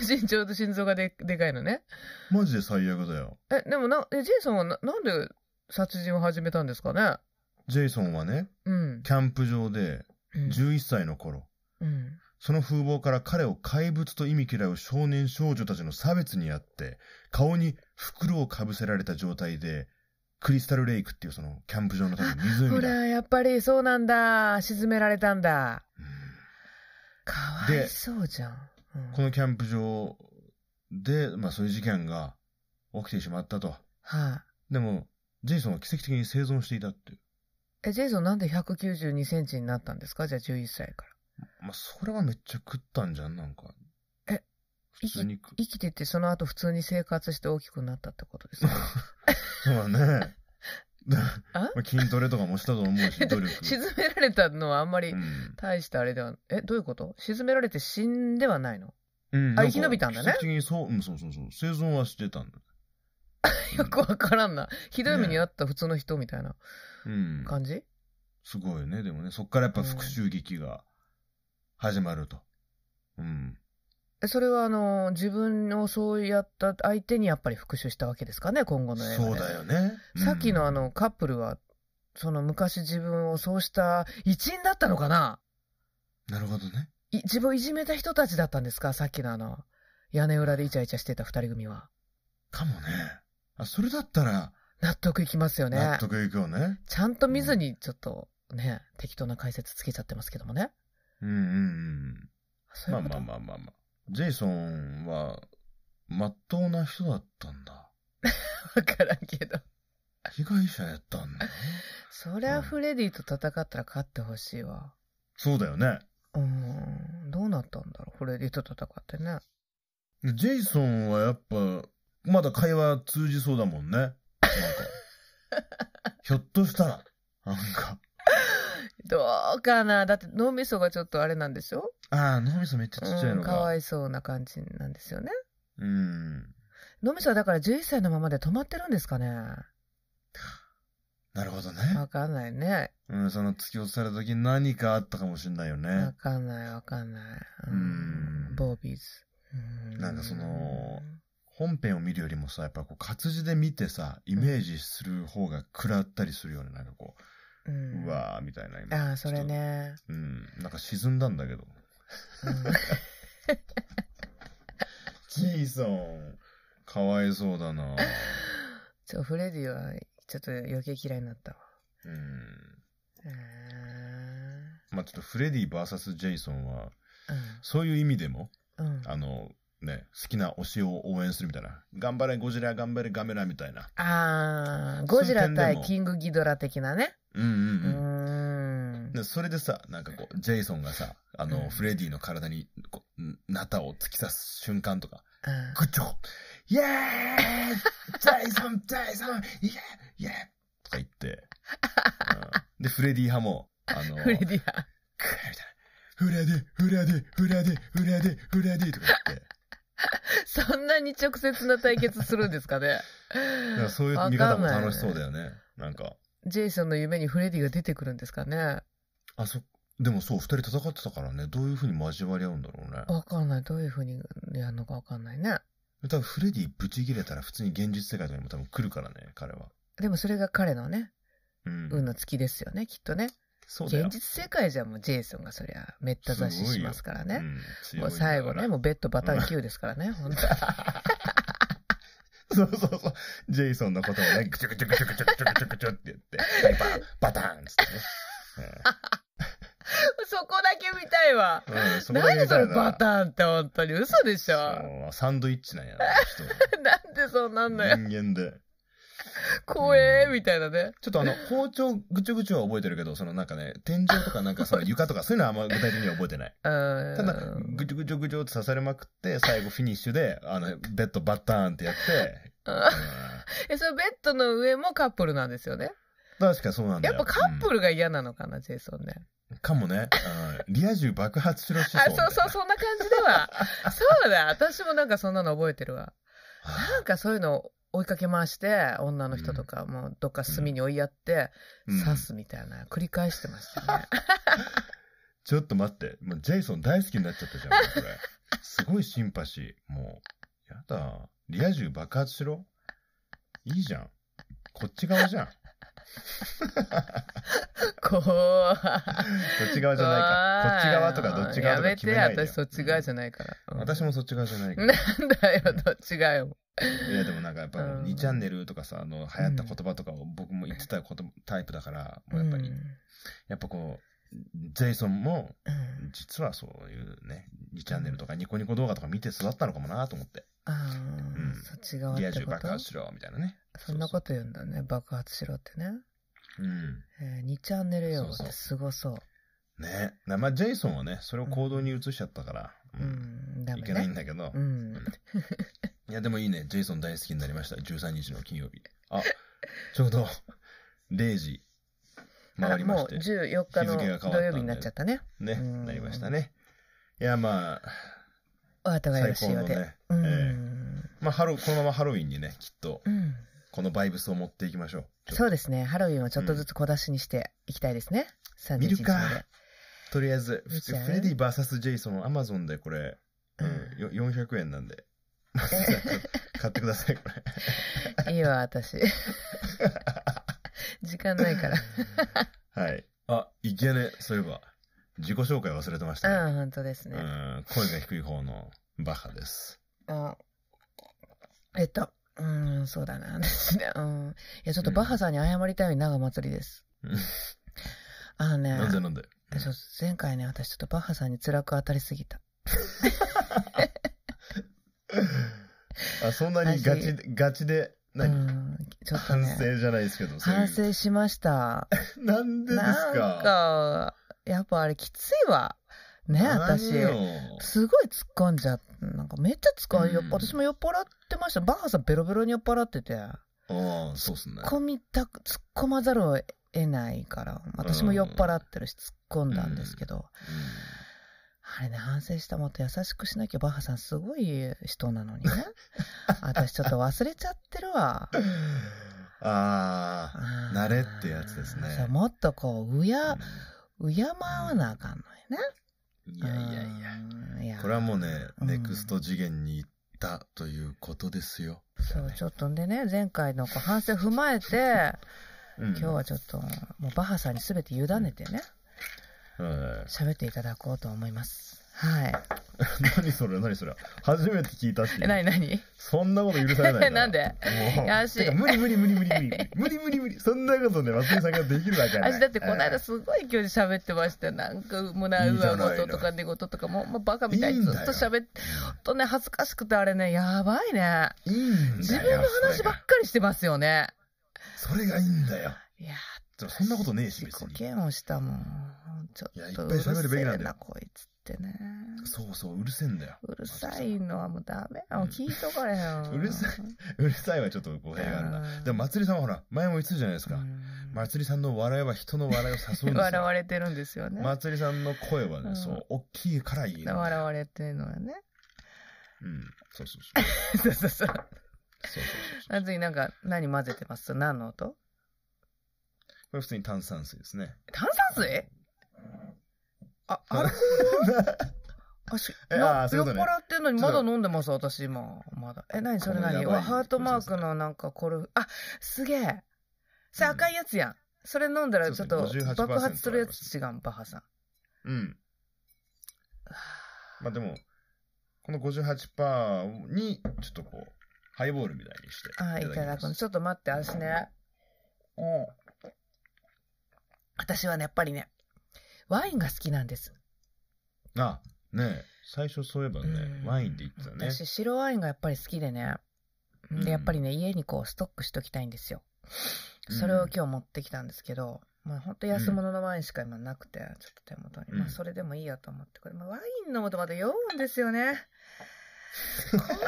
身長と心臓がででかいのね。マジで最悪だよ。え、でもな、えジェイソンはななんで殺人を始めたんですかねジェイソンはね、うん。キャンプ場でうん11歳の頃、うん。その風貌から彼を怪物と意味嫌う少年少女たちの差別にあって、顔に袋をかぶせられた状態で、クリスタルレイクっていうそのキャンプ場の多分ほ湖だ。ら、やっぱりそうなんだ。沈められたんだ。うんかわいそうじゃん。うんこのキャンプ場で、まあそういう事件が起きてしまったと。はい、でも、ジェイソンは奇跡的に生存していたっていう。え、ジェイソンなんで192センチになったんですかじゃあ11歳から。まあそれはめっちゃ食ったんじゃん、なんか。え普通に食う。生きててその後普通に生活して大きくなったってことですかそうだね。だ あまあ筋トレとかもしたと思う し、努力。沈められたのはあんまりうん大したあれでは、え、どういうこと沈められて死んではないの うあん、なか生き延びたんだね奇跡的にそう、うん、そうそうそう。生存はしてたんだ。うん よくわからんな。ひどい目にあった普通の人みたいなうん。感じすごいよね、でもね。そっからやっぱ復讐劇が始まると。うん。えそれはあの、自分をそうやった相手にやっぱり復讐したわけですかね、今後の映画で。そうだよね。さっきのあうんの、カップルはその昔自分をそうした一員だったのかななるほどね。い自分をいじめた人たちだったんですかさっきのあの、屋根裏でイチャイチャしてた二人組は。かもね。あ、それだったら、納得いきますよね納。得いくよね。ちゃんと見ずに、ちょっとね、適当な解説つけちゃってますけどもね。うんうんうん。そうまいあうことまあまあまあまあ。ジェイソンは、まっとうな人だったんだ。わからんけど。被害者やった んだね。そりゃフレディと戦ったら勝ってほしいわ。そうだよね。うーん、どうなったんだろう、フレディと戦ってね。でジェイソンはやっぱ、まだ会話通じそうだもんね。なん か。ひょっとしたら、なんか、どうかなだって脳みそがちょっとあれなんでしょああ、脳みそめっちゃちっちゃいうんのかわか。いそうな感じなんですよね。うん。脳みそはだから11歳のままで止まってるんですかねなるほどね。わかんないね。うん、その突き落とされた時何かあったかもしれないよわね。かんないわかんない。うんボービーズ。うなんかその本編を見るよりもさ、やっぱこう活字で見てさ、イメージする方が食らったりするよね。なんかこうう、んうわーみたいな。今ああ、それ。ね。ちょっとうん、なんか沈んだんだけど。うん ジェイソン、かわいそうだなちょ、フレディは、ちょっと余計嫌いになったわ。うん。うーんまあちょっとフレディ VS ジェイソンは、そういう意味でも、うん。うん。あの、ね、好きな推しを応援するみたいな。頑張れ、ゴジラ、頑張れ、ガメラみたいな。あー、ゴジラそういう点で対もキングギドラ的なね。うんうんううん。ーん。でそれでさ、なんかこう、ジェイソンがさ、あうんの、フレディの体に、こうんナタを突き刺す瞬間とか、うんグッジョブイエーイジェイソン、ジェイソンイエーイイエーイとか言って、うんで、フレディ派も、あの、フレディは。くーみたいな。フレディ、フレディ、フレディ、フレディ、フレディとか言って。そんなに直接な対決するんですかね。 なんかそういう見方も楽しそうだよね。なんか、ジェイソンの夢にフレディが出てくるんですかね。あそ、でもそう、二人戦ってたからね、どういう風に交わり合うんだろうね。わかんない。どういう風にやるのかわかんないね。多分フレディブチ切れたら普通に現実世界とかにも多分来るからね、彼は。でもそれが彼のね、うん。運の尽きですよね、きっとね。そうだよ。現実世界じゃもうジェイソンがそりゃ、めった刺ししますからね。うんもう最後ね、もうベッドバタン9ですからね、本当 はそうそうそう。ジェイソンのことをね、ぐちょぐちょぐちょぐちょぐちょぐちょぐちょって言って、バイバーン、バターンっつってね。そこだけ見たいわ。うんうんそこだなけん見でそたれいなバターンって本当に嘘でしょ。そうサンドイッチなんやな、人。なんでそうなんのよ。人間で。怖え、みたいなね。ちょっとあの、包丁ぐちょぐちょは覚えてるけど、そのなんかね、天井とかなんかその床とかそういうのはあんま具体的には覚えてない。うん。ただ、ぐちょぐちょぐちょって刺されまくって、最後フィニッシュで、あの、ベッドバッターンってやって、うんえ、そのベッドの上もカップルなんですよね。うん確かそうなんだやよ。っぱカップル、ルが嫌なのかな、ジェイソンね。かもね、うんリア充爆発しろしあ、そうそう、そんな感じで は。そうだ、私もなんかそんなの覚えてるわ。なんかそういうの追いかけ回して、女の人とか、もうどっか隅に追いやって、うん刺すみたいな、繰り返してましたね。ちょっと待って、もうジェイソン大好きになっちゃったじゃん、もうこれ。 すごいシンパシー。もう、やだ。リア充爆発しろ。いいじゃん。こっち側じゃん。こ こう。っち側じゃないか。こっち側とかどっち側とか決めなやいめてでよ私そっち側じゃないから、うんうん私もそっち側じゃないけ ど。なんだよどっち側よいや、でもなんかやっぱうん2チャンネルとかさ、あの、流行った言葉とかを僕も言ってたことタイプだから、もうやっぱり、うんやっぱこう、ジェイソンも、うん実はそういうね、2チャンネルとかニコニコ動画とか見て育ったのかもなと思って。あーうんそっち側っリアて充こ爆と発しろ、みたいなね。そんなこと言うんだね爆発しろってね、うん。えー、2チャンネル用語っそうそてうすごそうね。なまあ、ジェイソンはね、それを行動に移しちゃったから、ううんんダいメけないんねだけど、うんいや、でもいいね、ジェイソン大好きになりました、13日の金曜日。あ、 ちょうど0時回ありまもしうて、 14日の日付が変わったん土で曜日になっちゃったねね、うんなりましたね。いや、まあ、お後がよろ最しいよう高ので、ね、うん、えまあ、ハロこのままハロウィンにね、きっと、うんこのバイブスを持っていきましょう。ちょっとそうですねハロウィンをちょっとずつ小出しにしていきたいですね、31見るか日までとりあえず、見ちゃうフレディ VS ジェイソン、アマゾンでこれ、うんうん、よ400円なんで、 買ってください、これ。いいわ、私。 時間ない から。はい。あ、いけね。そういえば、自己紹介忘れてましたうね。ん、本当ですうね。ん、声が低い方のバカです。あえっと、うーん、そうだな。 私ね、うん。いや、ちょっとバッハさんに謝りたいように長祭りです。うんあのね。なん でなんで。そう前回ね、私ちょっとバッハさんに辛く当たりすぎた。あ、そんなにガチで、ガチで、う何ん、ちょっと反ね。省じゃないですけど、そういう反省しました。なんでですなんかか、やっぱあれきついわ。ね、私。何よすごい突っ込んじゃった。なんかめっちゃ突っ込ん、ようん私も酔っ払ってました。バッハさんベロベロに酔っ払ってて、突っうん、そうっすね。込みたく、突っ込まざるを得ないから、私も酔っ払ってるし、突っ込んだんですけど、あれね、反省した。もっと優しくしなきゃ、バッハさんすごい人な のにね。私ちょっと忘れちゃってるわ。うんあああ、ー慣れってやつですねそうもっとこう、うや、うやまわなあかんのよね。うんいやいやいや。や。いやこれはもうね、うんネクスト次元に行ったということですよ。そう、ちょっとんでね、前回のこう反省踏まえて、今今日はちょっと、もうバッハさんに全て委ねてね、喋っていただこうと思います。はい。何それ何それ初めて聞いたしえ、なになにそんなこと許されない なんでもうよしてか無理無理無理無理無 理無理無理無理そんなことね松井さんができるわけない私だってこの間えすごい勢いで喋ってましたよなんか胸いいじゃ上ないのごととか寝言とかもう、まあ、バカみたいにずっと喋ってほんとね恥ずかしくてあれねやばいねーいいんだよ自分の話ばっかりしてますよねそれがそれがいいんだよいやでもそんなことねえし自別己に嫌悪したもんちょいやいっっとうぱいるせ喋るべきなんえだなよこいつってねそうそううるせえんだようるさいのはもうダメなのうん聞いとかれようるさうるさいはちょっと語弊があるうなんでもまつりさんはほら前も言ってたじゃないですか、うんまつりさんの笑いは人の笑いを誘うんです笑よわれてるんですよねまつりさんの声はね、うんそう大きいからいいんだよ笑われてるのはねうんそうそうそうそうそうそうそうそうそうそうあ次なんか何混ぜてます何の音これ普通に炭酸水です ね炭酸水あ、あれあしえなあーそうい酔うっこと払ねってんのにまだ飲んでます私今まだえ何それこれ何やばいわハートマークこれそうですのなんかコルフあすげえそれうん赤いやつやん、それ飲んだらちょっとそうですね58%爆発するやつ違うんバッハさんうんまあでも、この58%に、ちょっとこう、ハイボールみたいにして。あーいただくのちょっと待って私ねうん私はねやっぱりねワインが好きなんですあ、ねえ最初そういえばうねん、ワインで言ってたね。私白ワインがやっぱり好きでねうんでやっぱりね家にこうストックしときたいんですようんそれを今日持ってきたんですけど、まあ本当安物のワインしか今なくてちょっと手元に、うんまあそれでもいいやと思ってこれ、まあ、ワイン飲むとまた酔うんですよねこれほん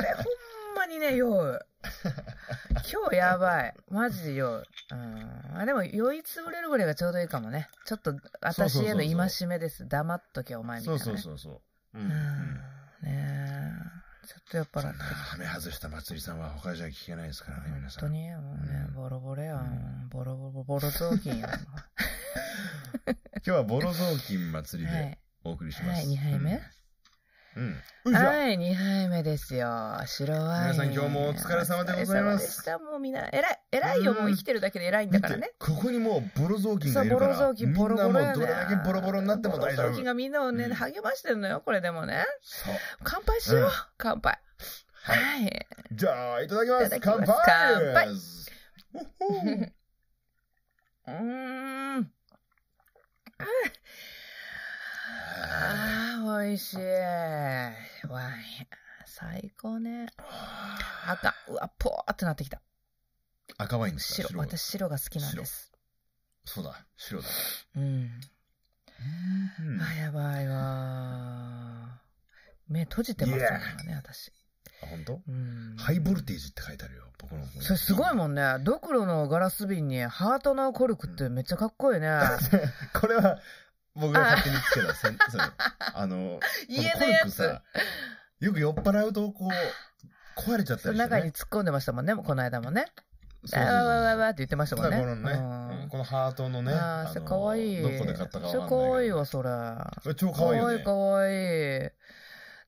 まにね酔 う今日やばいマジで酔ううんあでも酔いつぶれるぐらいがちょうどいいかもねちょっとそうそう私そうへそうの戒めです黙っとけお前みたそいうな、ね、そうそうそう。うん。ううんんねえちょっと酔っそ払っんてな、はめ外したまつりさんは他じゃ聞けないですからね、本皆さ当ん。にもうねうんボロボロやうんボロボロボロ雑巾 やん今日はボロ雑巾祭りはでいお送りします。はい二杯目うん。うん。ういじゃはい2杯目ですよ白ワイン皆さん今日もお疲れ様でございお疲れ様ますでしたもうみんな偉い偉いようんもう生きてるだけで偉いんだ見からてね、ここにもうボロ雑巾そがういるボかロら、雑みん巾なもボロボうどロれやねだけボロボロになっても大丈ボロ雑夫巾。がみんなをね、うん励ましてるのよこれでもねそう。乾杯しよう、うん乾杯はいはい じゃあ、いただきいまただす。きます乾乾杯杯ほほーうーん。ああ、美味しい。ワイン。最高ね。赤。うわ、ぽーってなってきた。赤ワインですか白。私、白が好きなんです。そうだ、白だ。うん。うんあ、やばいわー。目閉じてますよね、今ね私。あ、本当？うん。ハイボルテージって書いてあるよ、僕の方に。それすごいもんね。ドクロのガラス瓶にハートのコルクってめっちゃかっこいいね。これは、僕が勝手につけたせん、それ。あの、家こののコルやクつさ。、よく酔っ払うと、こう、壊れちゃったそりのして中にね。突っ込んでましたもんね、この間もね。そうそうそうわわわわわって言ってましたもんだね。からこのね、うんうんこのハートのね、ああ、のそれかわいい。どこで買ったかわかんないけそれど。かわいいわ、それ。それ超か可愛いわよいいねか。わいい。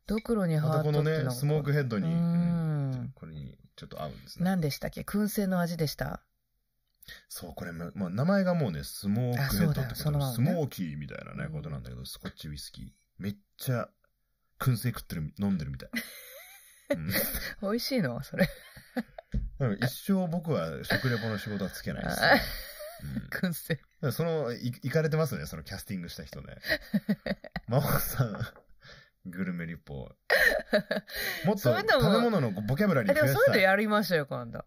ドクロにハあートとこってのなんね、かスモークヘッドに、ううんん。これにちょっと合うんですね。何でしたっけ燻製の味でしたそう、これ、ままあ、名前がもうね、スモークヘッドってあそうだよことそのままねスモーキーみたいなねう、んことなんだけど、スコッチウイスキー。めっちゃ、燻製食ってる、飲んでるみたい。うん 美味しいのそれ。なんか一生僕は食レポの仕事はつけないですね、うん 燻製。だからその、い、いかれてますね、そのキャスティングした人ね。 真帆さん、グルメリポ。もっとそういうの食もべ物のボキャブラリえ、ーで増もやそういうしのたい。やりましょうよ、今度。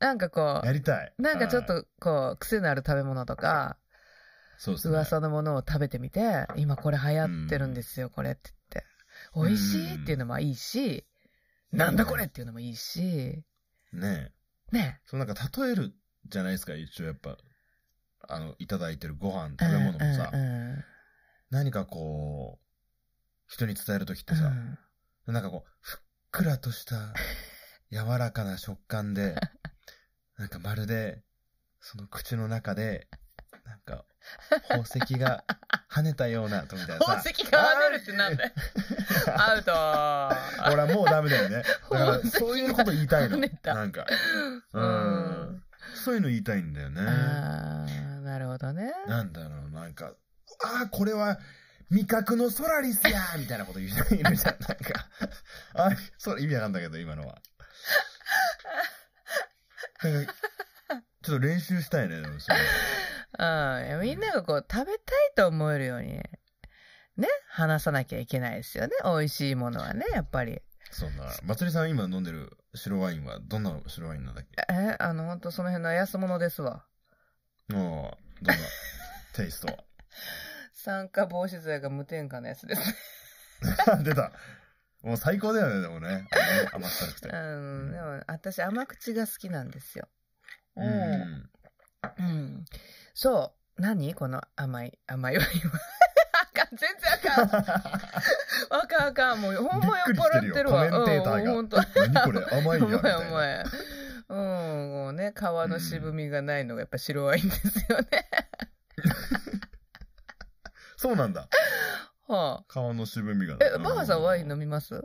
なんかこやりたい。う、なんかちょっはい、とこう、癖のある食べ物とか、そうですね。噂のものを食べてみて、今これ流行ってるんですよ、これって言って。美味しいっていうのもいいし、うんなんだこれっていうのもいいし、ねえ。ね。そうなんか例えるじゃないですか、一応やっぱ。あの、いただいてるご飯、食べ物もさ、うんうん何かこう、人に伝えるときってうんさ、なんかこう、ふっくらとした、柔らかな食 感で、なんかまるで、その口の中で、なんか、宝石が跳ねたような、とみたいな宝さ。石が跳ねるってなんだよ。アウト。ほら、もうダメだよね。だから、宝石がそういうこと言いたいの。跳ねたなんか、ううんん。そういうの言いたいんだよね。あーなるほどね。なんだろう、なんか、ああ、これは、味覚のソラリスやみたいなこと言う人いるじゃん。なんか、あーそれ意味わかんだけど、今のは。なんかちょっと練習したいね、でもそううんいや、みんながこう食べたいと思えるようにね話さなきゃいけないですよね美味しいものはねやっぱりそんな、まつりさん今飲んでる白ワインは、どんな白ワインなんだっけえあのほんとその辺の安物ですわもう、どんなテイスト 酸化防止剤が無添加のやつですねは。出た。もう最高だよね、でもね。あの甘ったるくてう。んでも私甘口が好きなんですよう、うんん。 うん、そう何この甘い甘いワインは あかん全然あかんあかんあかんもうほんま酔っ払ってるわびっくりしてるよコメンテーターがうん、ほんと何これ甘いやおみ前たおいな。前。うん、もうね、皮の渋みがないのがやっぱ白ワインですよね。そうなんだ。はあ。顔の渋みが。え、バハさんワイン飲みますう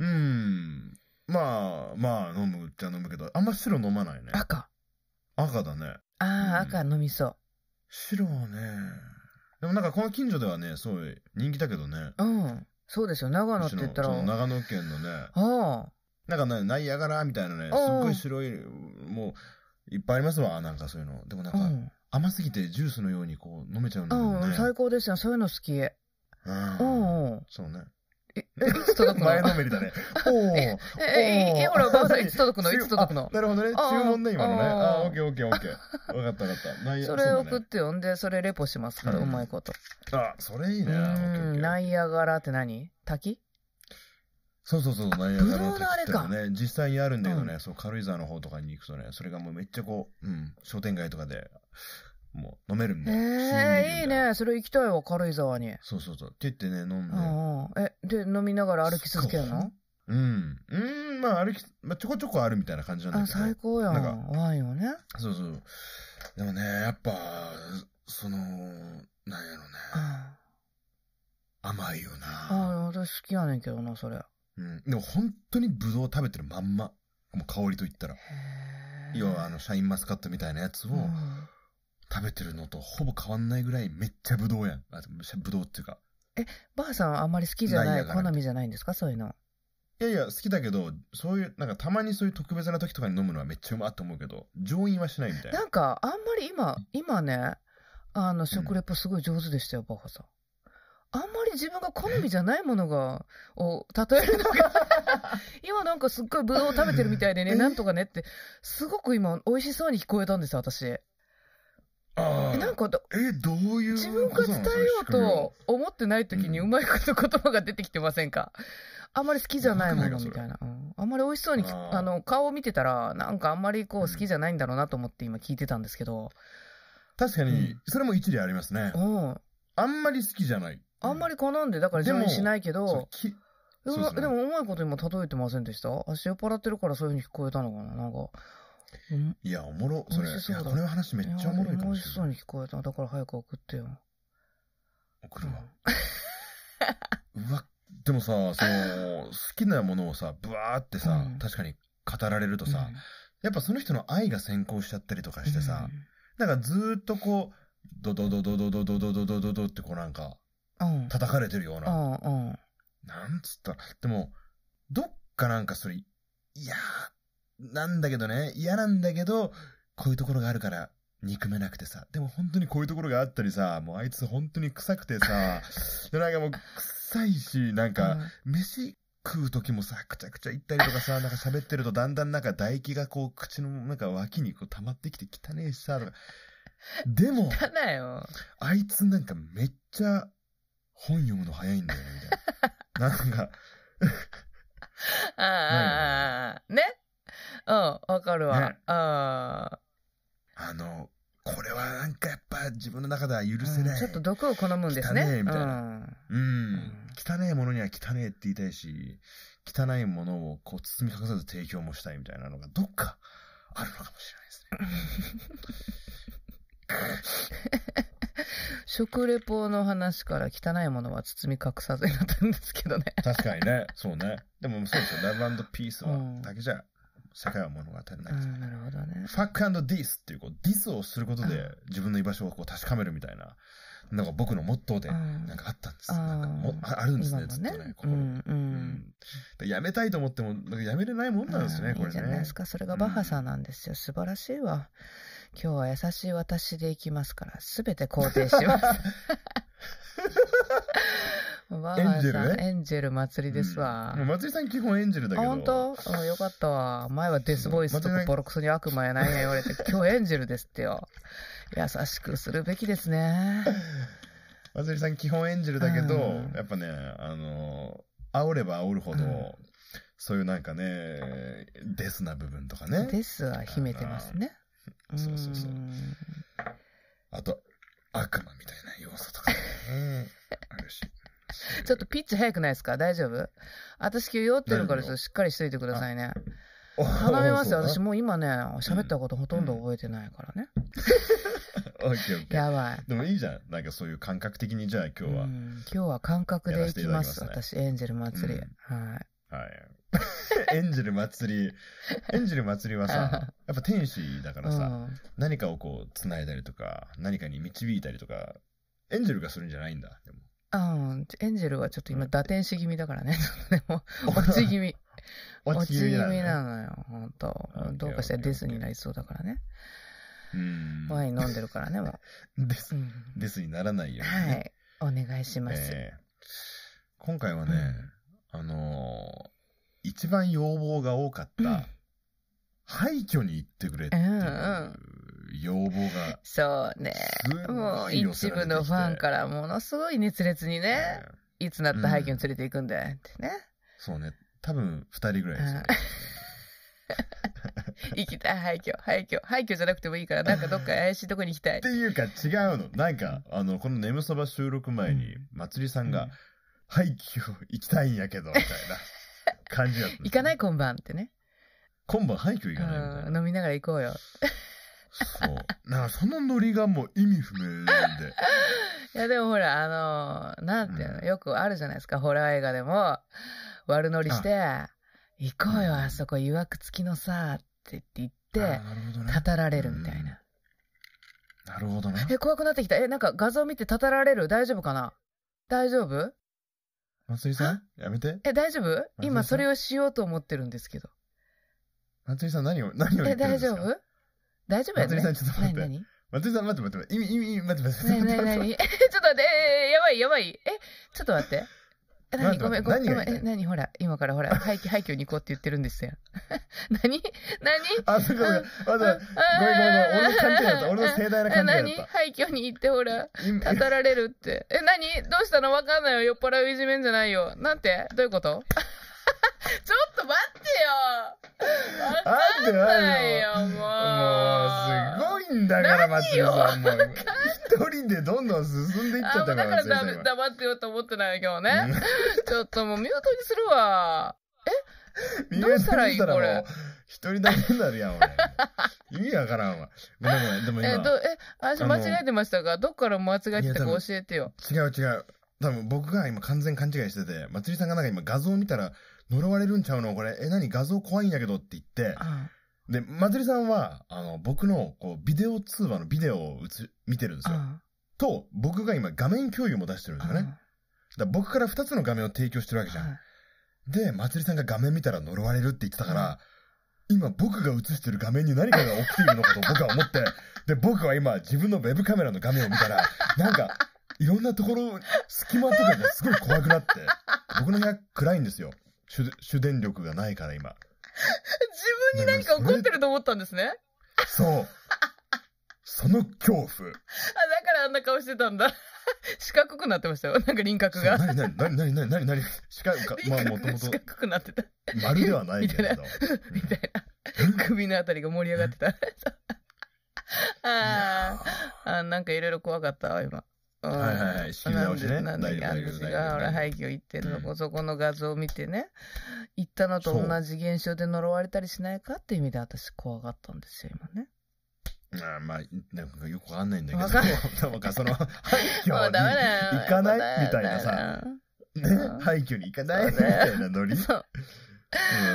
ーん。まあ、まあ、飲むっちゃ飲むけど、あんま白飲まないね。赤。赤だね。ああ、うん赤飲みそう。白はね。でもなんかこの近所ではね、すごい人気だけどね。うん。そうですよ、長野うってちの言ったら。そのは長野県のね、あ。なんかね、ナイアガラみたいなね、おうすっごい白い、もう、いっぱいありますわ、なんかそういうの。でもなんうか、ん。甘すぎてジュースのようにこう飲めちゃうんだうん、よね。最高ですよ、そういうの好き。ううん。ん。 うんそうね。え、えいつ届くの前のめり だね。おーえ、え、え、えほら、バハさんいつ届くのいつ届くのあなるほどね。あー注文ね、今のね。あーあー、オッケーオッケーオッケー。わかったわかった。ナイアそれう送っだねてよんで、それレポしますから、ううんまいこと。あ、それいいうね。オッケーオッケん、ーナイアガラって何滝そうそうそう、ナイアガラのぶどうのあれか滝ってね、実際にあるんだけどね、そう、軽井沢の方とかに行くとね、それがもうめっちゃこう、うん、商店街とかで、もう飲めるんえで。え、いい試飲できるんだよ。ね。それ行きたいわ、軽井沢に。そうそうそう。って言ってね、飲んで。うんうんえ、で、飲みながら歩き続けるそのうん。うん、まあ歩き、まあちょこちょこあるみたいな感じなんあ、だけどね最。高やなんん。ワインをね。そうそう。でもね、やっぱ、その、なんやろね。あ甘いよあ、な。私好きやねんけどな、それ。へうん。でも本当にブドウを食べてるまんま。もう香りといったら。え要はあの、シャインマスカットみたいなやつをうん食べてるのとほぼ変わんないぐらいめっちゃブドウやん。あブドウっていうか。ばあさんはあんまり好きじゃないなやい、から好みじゃないんですか、そういうの。いやいや、好きだけど、そういう、なんかたまにそういう特別な時とかに飲むのはめっちゃうまっと思うけど、上飲はしないみたいな。なんか、あんまり今、今ね、あの、食レポすごい上手でしたよ、ばあさん。あんまり自分が好みじゃないものが、を例えるの が、今なんかすっごいブドウを食べてるみたいでね、えなんとかねって、すごく今、美味しそうに聞こえたんですよ、私。えあーなんか、え、どういう自分が伝えようと思ってない時にうまいこと言葉が出てきてませんか、あんまり好きじゃないものみたいな、うんあんまり美味しそうにきあーあの顔を見てたらなんかあんまりこうう好んきじゃないんだろうなと思って今聞いてたんですけど、確かうにん、それも一理ありますねう。んあんまり好きじゃない。あんまり、り好んでだから上位しないけそうどきうそうまそうでもうまいこと今例えてませんでした足酔っ払ってるからそういうふうに聞こえたのかななんか、うん、いや、おもろ、それ。美い味しそうだや、これは話めっちゃおもろいかも美味ししれそうない。に聞こえただから早く送ってよ送るわ。うわ、でもさ、その、好きなものをさ、ぶわーってさう、ん確かに語られるとさ、やっぱその人の愛が先行しちゃったりとかしてさ、なんかずーっとこう、ドドドドドドドドドドドドってこうなんか、うん、うん、叩かれてるよううな、ん、うん。なんつったら、でも、どっかなんかそれ、いやー、なんだけどね、嫌なんだけど、こういうところがあるから、憎めなくてさ、でも本当にこういうところがあったりさ、もうあいつ本当に臭くてさ、でなんかもう臭いし、なんか、飯食う時もさくちゃくちゃ言ったりとかさなんか喋ってるとだんだんなんか唾液がこう口のなんか脇にこう溜まってきて汚ねえしさとかでもただよ。あいつなんかめっちゃ本読むの早いんだよねみたいななんかああ、ね。うん、わかるわね。ああのこれはなんかやっぱ自分の中では許あ、せうなんい、ちょっと毒を好むんです汚ねね。えうみたいん。うん汚いものには汚えって言いたいし汚いものをこう包み隠さず提供もしたいみたいなのがどっかあるのかもしれないですね食レポの話から汚いものは包み隠さずになったんですけどね。 確かにね、そうね。でもそうですよ、ラブピースうはんだけじゃ世界は物語らなういです。ん、なるほどね。ファックディスっていうこうディスをすることでう自分の居場所をこう確かめるみたいな、なんか僕のモットーで、うんなんかあったんです。あーなんかもああるんですね、今ずもっとねね、。う心にん、う。うんんでやめたいと思っても、なんかやめれないもんなんですね、うんこいいれじゃないね です。か。それがバッハさんなんですよ。素晴らしいわ。今日は優しい私でいきますから、すべて肯定し ます。バッハエンジェさルん、ねエンジェル祭りですわ。うんもう松井さん基本エンジェルだあ、けど。本当うんよかったわ。前はデスボイスとまたかねボロクソに悪魔やないや言われて、今日エンジェルですってよ。優しくするべきですね。松井さん基本エンジェルだけど、うんやっぱね、あのー、煽れば煽るほど、うんそういうなんかね、デスな部分とかね。ですは秘めてますね。あーそうそうそうんあと、悪魔みたいな要素とかね。あるし。ちょっとピッチ早くないですか大丈夫私今日酔ってるからちょっとしっかりしといてくださいね。お頼みますよ。そう私もう今ね、喋ったことほとんど覚えてないからね。オッケーオッケーやばい。でもいいじゃん。なんかそういう感覚的に、じゃあ今日は。うん今日は感覚でいきます。やらせていただきま私、エンジェル祭り。うんはい。はい。エ ンジェル祭り。エンジェル祭りはさ、やっぱ天使だからさ、うん何かをこう、繋いだりとか、何かに導いたりとか、エンジェルがするんじゃないんだ。 でもうん、エンジェルはちょっと今、打天使気味だからね。でも、お落ち気味。落落ちち気味気味だねなのよ、ほんと OK。どうかしたら OK デスになりそうだからね。うん。ワイン飲んでるからね、もう。うです。んですにならないようにはね。い。お願いします。えー今回はね、あのー一番要望が多かった、うん廃墟に行ってくれっていううんう要望が、そうね。すもごうい寄一せられてき部てのファンからものすごい熱烈にね、えーいつなった廃墟に連れて行くんだよってね。そうね、多分2人ぐらいですよね。行きたい廃墟、廃墟、廃墟じゃなくてもいいから、なんかどっか怪しいとこに行きたいって。いうか違うの。なんか、あの、この眠そば収録前にうん、まつりさんが、うん廃墟行きたいんやけど、みたいな感じだったんですよ。 行かない今晩ってね。今晩廃墟行かないみたいなうん。飲みながら行こうよ。そう。なんかそのノリがもう意味不明なんで。いやでもほら、あのーなんていうの、うんよくあるじゃないですか、ホラー映画でも、悪乗りして、行こうよ、あそこ、いわくつきのさ、って言ってあ言ーって、なるほどね。たたられるみたいな。なるほどな。え、怖くなってきた。え、なんか画像見てたたられる大丈夫かな大丈夫松井さんやめて。え、大丈夫さん今それをしようと思ってるんですけど。松井さん何を、何を言え、ってるんで大す丈か夫大丈夫やね。松井さんちょっと待って何松井さん待って待って待って。意味、意味、待って待って何待って何待何 って。何ちょっと待って、えーやばいやばい。え、ちょっと待って。え何待ってごめんごめん何ごめがん。言えいたい何ほら、今から ほら、廃墟、廃墟に行こうって言ってるんですよ。 何何あ、そうかそうか。待ってごめんごめんごめん。俺の勘違いだった。俺の盛大なえ勘 違何いだっ廃墟に行ってほら、た。今たたられるって。え、何どうしたのわかんないよ。酔っ払ういじめんじゃないよ。なんてどういうこと ちょっと待ってよわあってなかんいよ。ないよ、もう。もう、すごいんだから、松井さん。もう一人でどんどん進んでいっちあ、ゃっもたうか、だからら松井さダんメ今。黙ってようと思ってない今日ね。ちょっともうミュートにするわ。うんどうしたらいいこれ見えないもう一人だけになるやん、 俺。意味わからんわ。ごめんごめん。でもえ、今ど、。え、私あの間違えてましたかどっから間違えてたかいや多分教えてよ。違う違う。多分僕が今完全勘違いしてて、まつりさんがなんか今画像見たら呪われるんちゃうのこれ、え、何画像怖いんやけどって言って、あで、まつりさんは、あの、僕の、こう、ビデオ通話のビデオを映し見てるんですよ。あと、僕が今画面共有も出してるんですよね。だかあら僕から2つの画面を提供してるわけじゃん。で、まつりさんが画面見たら呪われるって言ってたから、今僕が映してる画面に何かが起きているのかと僕は思って、で、僕は今自分のウェブカメラの画面を見たら、なんか、いろんなところ、隙間とかがすごい怖くなって、僕の部屋暗いんですよ。主主電力がないから今。自分に何か起こってると思ったんですね。あ、だそう。その恐怖。からあんな顔してたんだ。 四角くなってましたよ。なんか輪そ郭うが。何何何何何何何しか、か輪まあも郭ともがと四角くなってた。丸ではないけれみたいど。 みたいな。首のあたりが盛り上がってた。あーあー、なんかいろいろ怖かったわ、今。うんはいはいはい仕切り直しねなんで、なんで、大あ丈夫ん大丈夫が、ほら、大廃墟行ってるのうんこ、そこの画像を見てね、行ったのと同じ現象で呪われたりしないかっていう意味で、私、怖がったんですよ、今ね。まあまあ、なんかよくわかんないんだけわかん ど、なんかその、廃墟もうにダメだよ行かもうダないメみたいなさ、ダメねうん、廃墟に行かないみそうだたよいなノリだ。そう。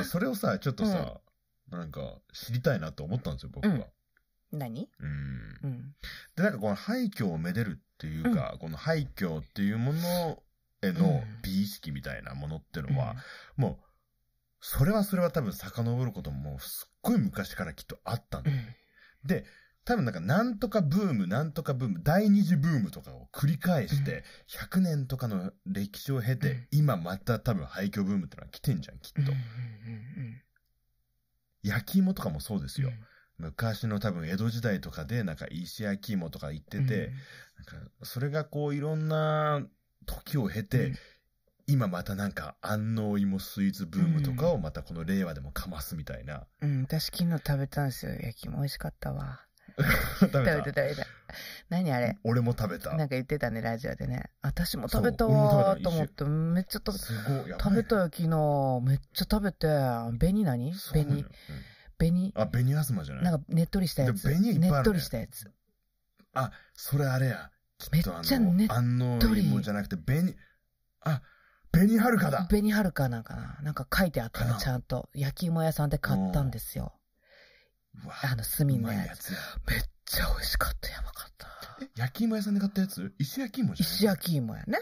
うんそれをさ、ちょっとさ、なんか知りたいなと思ったんですよ、僕は。うん何うんうん。で、なんかこの廃墟をめでるっていうか、この廃墟っていうものへの美意識みたいなものってのは、もう、それはそれは多分遡ることももうすっごい昔からきっとあったんうだよん。で、多分なんか、なんとかブーム、なんとかブーム、第二次ブームとかを繰り返して、100年とかの歴史を経て、うん今また多分廃墟ブームってのは来てんじゃん、きうん。っと。焼き芋とかもそうですよ。うん昔の多分江戸時代とかで、なんか石焼き芋とか行ってて、、なんかそれがこういろんな時を経て、うん今またなんか安納芋スイーツブームとかをまたこの令和でもかますみたいな。うん、うん私昨日食べたんですよ。焼きも美味しかったわ。 食べ食たべた食べた。何あれ俺も食べたなん。か言ってたね、ラジオでね。私も食べたそう俺も食べわたーと思って、めっちゃとすごい。やばい食べたよ、昨日。めっちゃ食べて、紅何そうなの紅よ、紅うんあ、紅あずまじゃないなんかねっとりしたやつ。で紅いっぱいねあるねっとりしたやつ。あ、それあれや。めっとあちゃねの、安納芋じゃなくて、紅、あ、紅はるかだ。紅はるかなんかななんか書いてあったかの、なちゃんと。焼き芋屋さんで買ったんですよ。うわあの、炭うのまいややつ。つや。めっちゃ美味しかった。やばかった。え焼き芋屋さんで買ったやつ石焼き芋じゃない石焼き芋やね。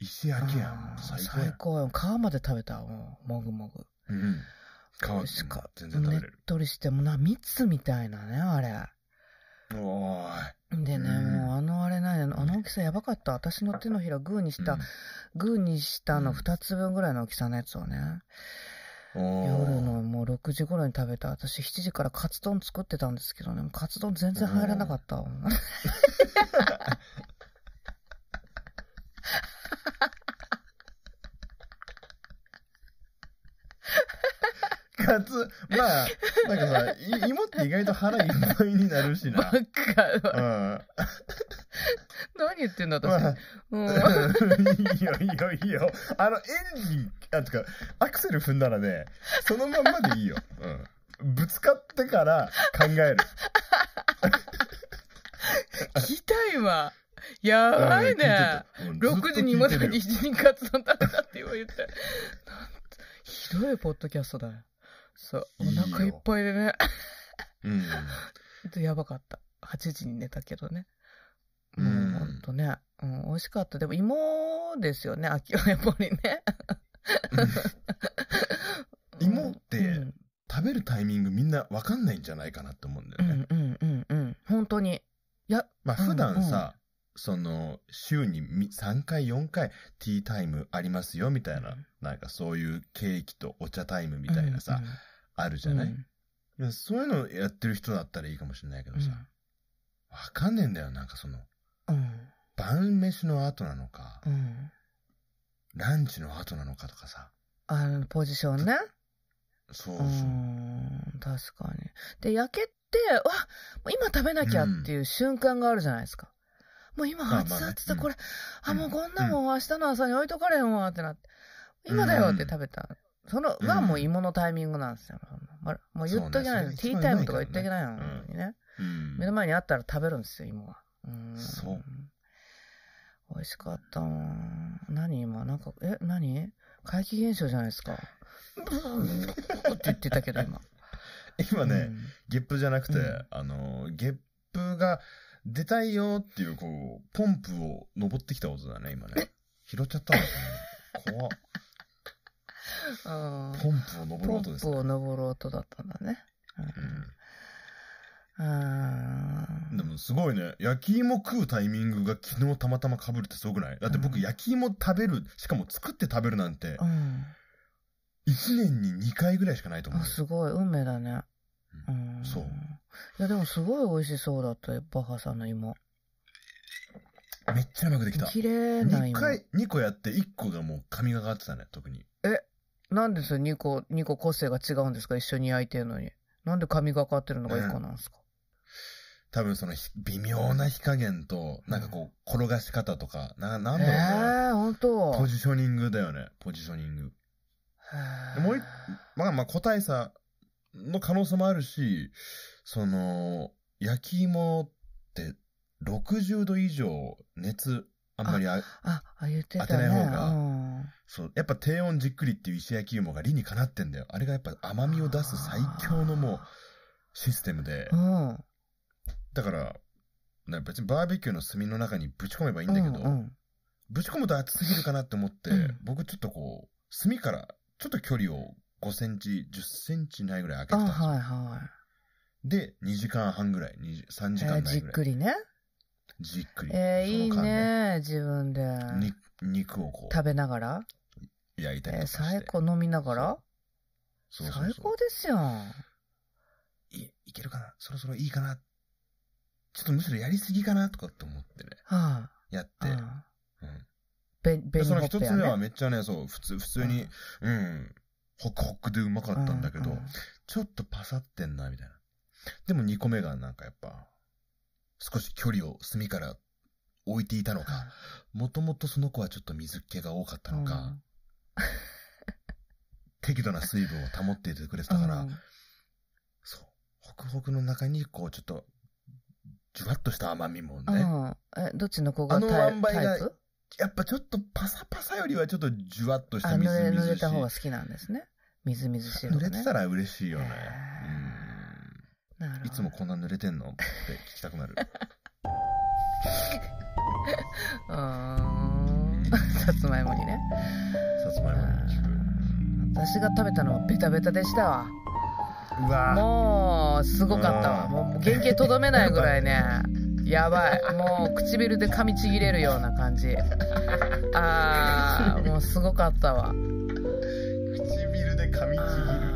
石焼きや。うんん最高や最ん。高よ。皮まで食べたわもうもぐもぐ。うん。皮美味しかった全然食べれねるっ。とりしてもな、蜜みたいなね、あれ。おーい。でね、うんもうあのあれなんやの、あの大きさやばかった。私の手のひらグーにした、グーにしたうのん2つ分ぐらいの大きさのやつをね、うんおー夜のもう6時頃に食べた。私7時からカツ丼作ってたんですけどね、もうカツ丼全然入らなかったわ。カツ、まあ、なんかさ、い芋って意外と腹いっぱいになるし バな。カうん。ま何言ってんだ私。あ、うん。 いいよ、いいよ、いいよ。あの、エンジン、あ、てか、アクセル踏んだらね、そのまんまでいいよ。うん。ぶつかってから考える。聞いた今。やばいね。うん。聞いてたうんずっ6と時に今だ聞けいてるよ一時にカツ丼食べたって今言って。なんてひどいポッドキャストだよ。そう。おいいよ腹いっぱいでね。うん。でやばかった。8時に寝たけどね。うんもうほんとね。うん、美味しかった。でも芋ですよね、秋はやっぱりね。芋ってうん食べるタイミングみんなわかんないんじゃないかなって思うんだうよね。んうんうんうん。本当に。いや、まあ普段うんうさ、その週にみ3回4回ティータイムありますよみたいな、うんなんかそういうケーキとお茶タイムみたいなさ、うんうんあるじゃない、うんいやそういうのやってる人だったらいいかもしれないけどさ、わかんねえんだよ、なんかその、うん晩飯の後なのか、うん。ランチの後なのかとかさ、あの、ポジションね。そううそう。ん、確かに。で、焼けて、わもう今食べなきゃっていう瞬間があるじゃないですか。もう今まあ熱まあね々だ、これ、あ、うんもうこんなもん明日の朝に置いとかれへんわってなって、今だよって食べた。そのはもう芋のタイミングなんですよ。まあもう言っとけないの、そうねそテれィータイムとか言っとけないのにね。うん目の前にあったら食べるんですよ、芋は。うんそう。美味しかったな何今なんか、え、 何怪奇現象じゃないですか。ブーンって言ってたけど今。今ね、うんゲップじゃなくて、うんあの、ゲップが出たいよっていう、こう、ポンプを登ってきた音だね、今 ね。拾っちゃったのかな怖っあーポンプを登るポン音ですプね。を登る音だったんだね。うん。うん。でもすごいね。焼き芋食うタイミングが昨日たまたま被るってすごくないだって僕うん焼き芋食べる、しかも作って食べるなんてう、ん。 1年に2回ぐらいしかないと思うあ、よ。すごい、運命だね。うん。そういや、でもすごい美味しそうだったよ、バッハさんの芋。めっちゃうまくできた。綺麗な2芋。回、2個やって1個がもう神がかってたね、特に。なんですよ、2個、二個個性が違うんですか一緒に焼いてるのに。なんで髪がかってるのが1個なんですか、多分そのひ微妙な火加減と、なんかこう、転がし方とか、な、なんえだろうね。えー、ほんとポジショニングだよね、ポジショニング。へーもう一まあまあ個体差の可能性もあるし、その、焼き芋って60度以上熱、あんまりあ、あ、あ、言ってたね。当てない方がうんそう、やっぱ低温じっくりっていう石焼き芋が理にかなってんだよ。あれがやっぱ甘みを出す最強のもうシステムでう。ん。だから、な別にバーベキューの炭の中にぶち込めばいいんだけど、うんうんぶち込むと熱すぎるかなって思って、うん僕ちょっとこう、炭からちょっと距離を5センチ、10センチないぐらい開けあ、てたんですよはいはで、2時間半ぐらい、2 3い。時えー間じないっぐらい。くりね。じっくり。えー、いいその間ね、自分で。ね。に肉をこ食べながら。う、焼いたりえーとかして。最高、飲みながら。そうそうそう最高ですよ。いいけるかなそろそろいいかなちょっとむしろやりすぎかなとかって思ってね。はやってあ。。うんうんべ、べでにそのほっ一ぺつや目はね。めっちゃね、そう、普通、普通に、うん、ホクホクでうまかあったんだけど、ちょっとパサってんな、みたいな。でも2個目がなんかやっぱ、少し距離を隅から置いていたのか、もともとその子はちょっと水気が多かったのか、適度な水分を保っていてくれてたから、そう。ホクホクの中に、こう、ちょっと、じゅわっとした甘みもね、うん。え、どっちの子があのタ塩イ梅がタイプやっぱちょっとパサパサよりはちょっとじゅわっとしあ、たみず濡れ、み濡ずれした方が好きなんですね。みずみずしいの濡がれね。てたら嬉しいよね。なるほうどん。いつもこんな濡れてんのって聞きたく なる。うーん。さつまいもにね。さつまいもに聞く。私が食べたのはベタベタでしたわ。うわぁ。もうすごかったうわんもう原型とどめないぐら いねやばいもう唇で噛みちぎれるような感 じあーもうすごかったわ唇で噛みちぎる。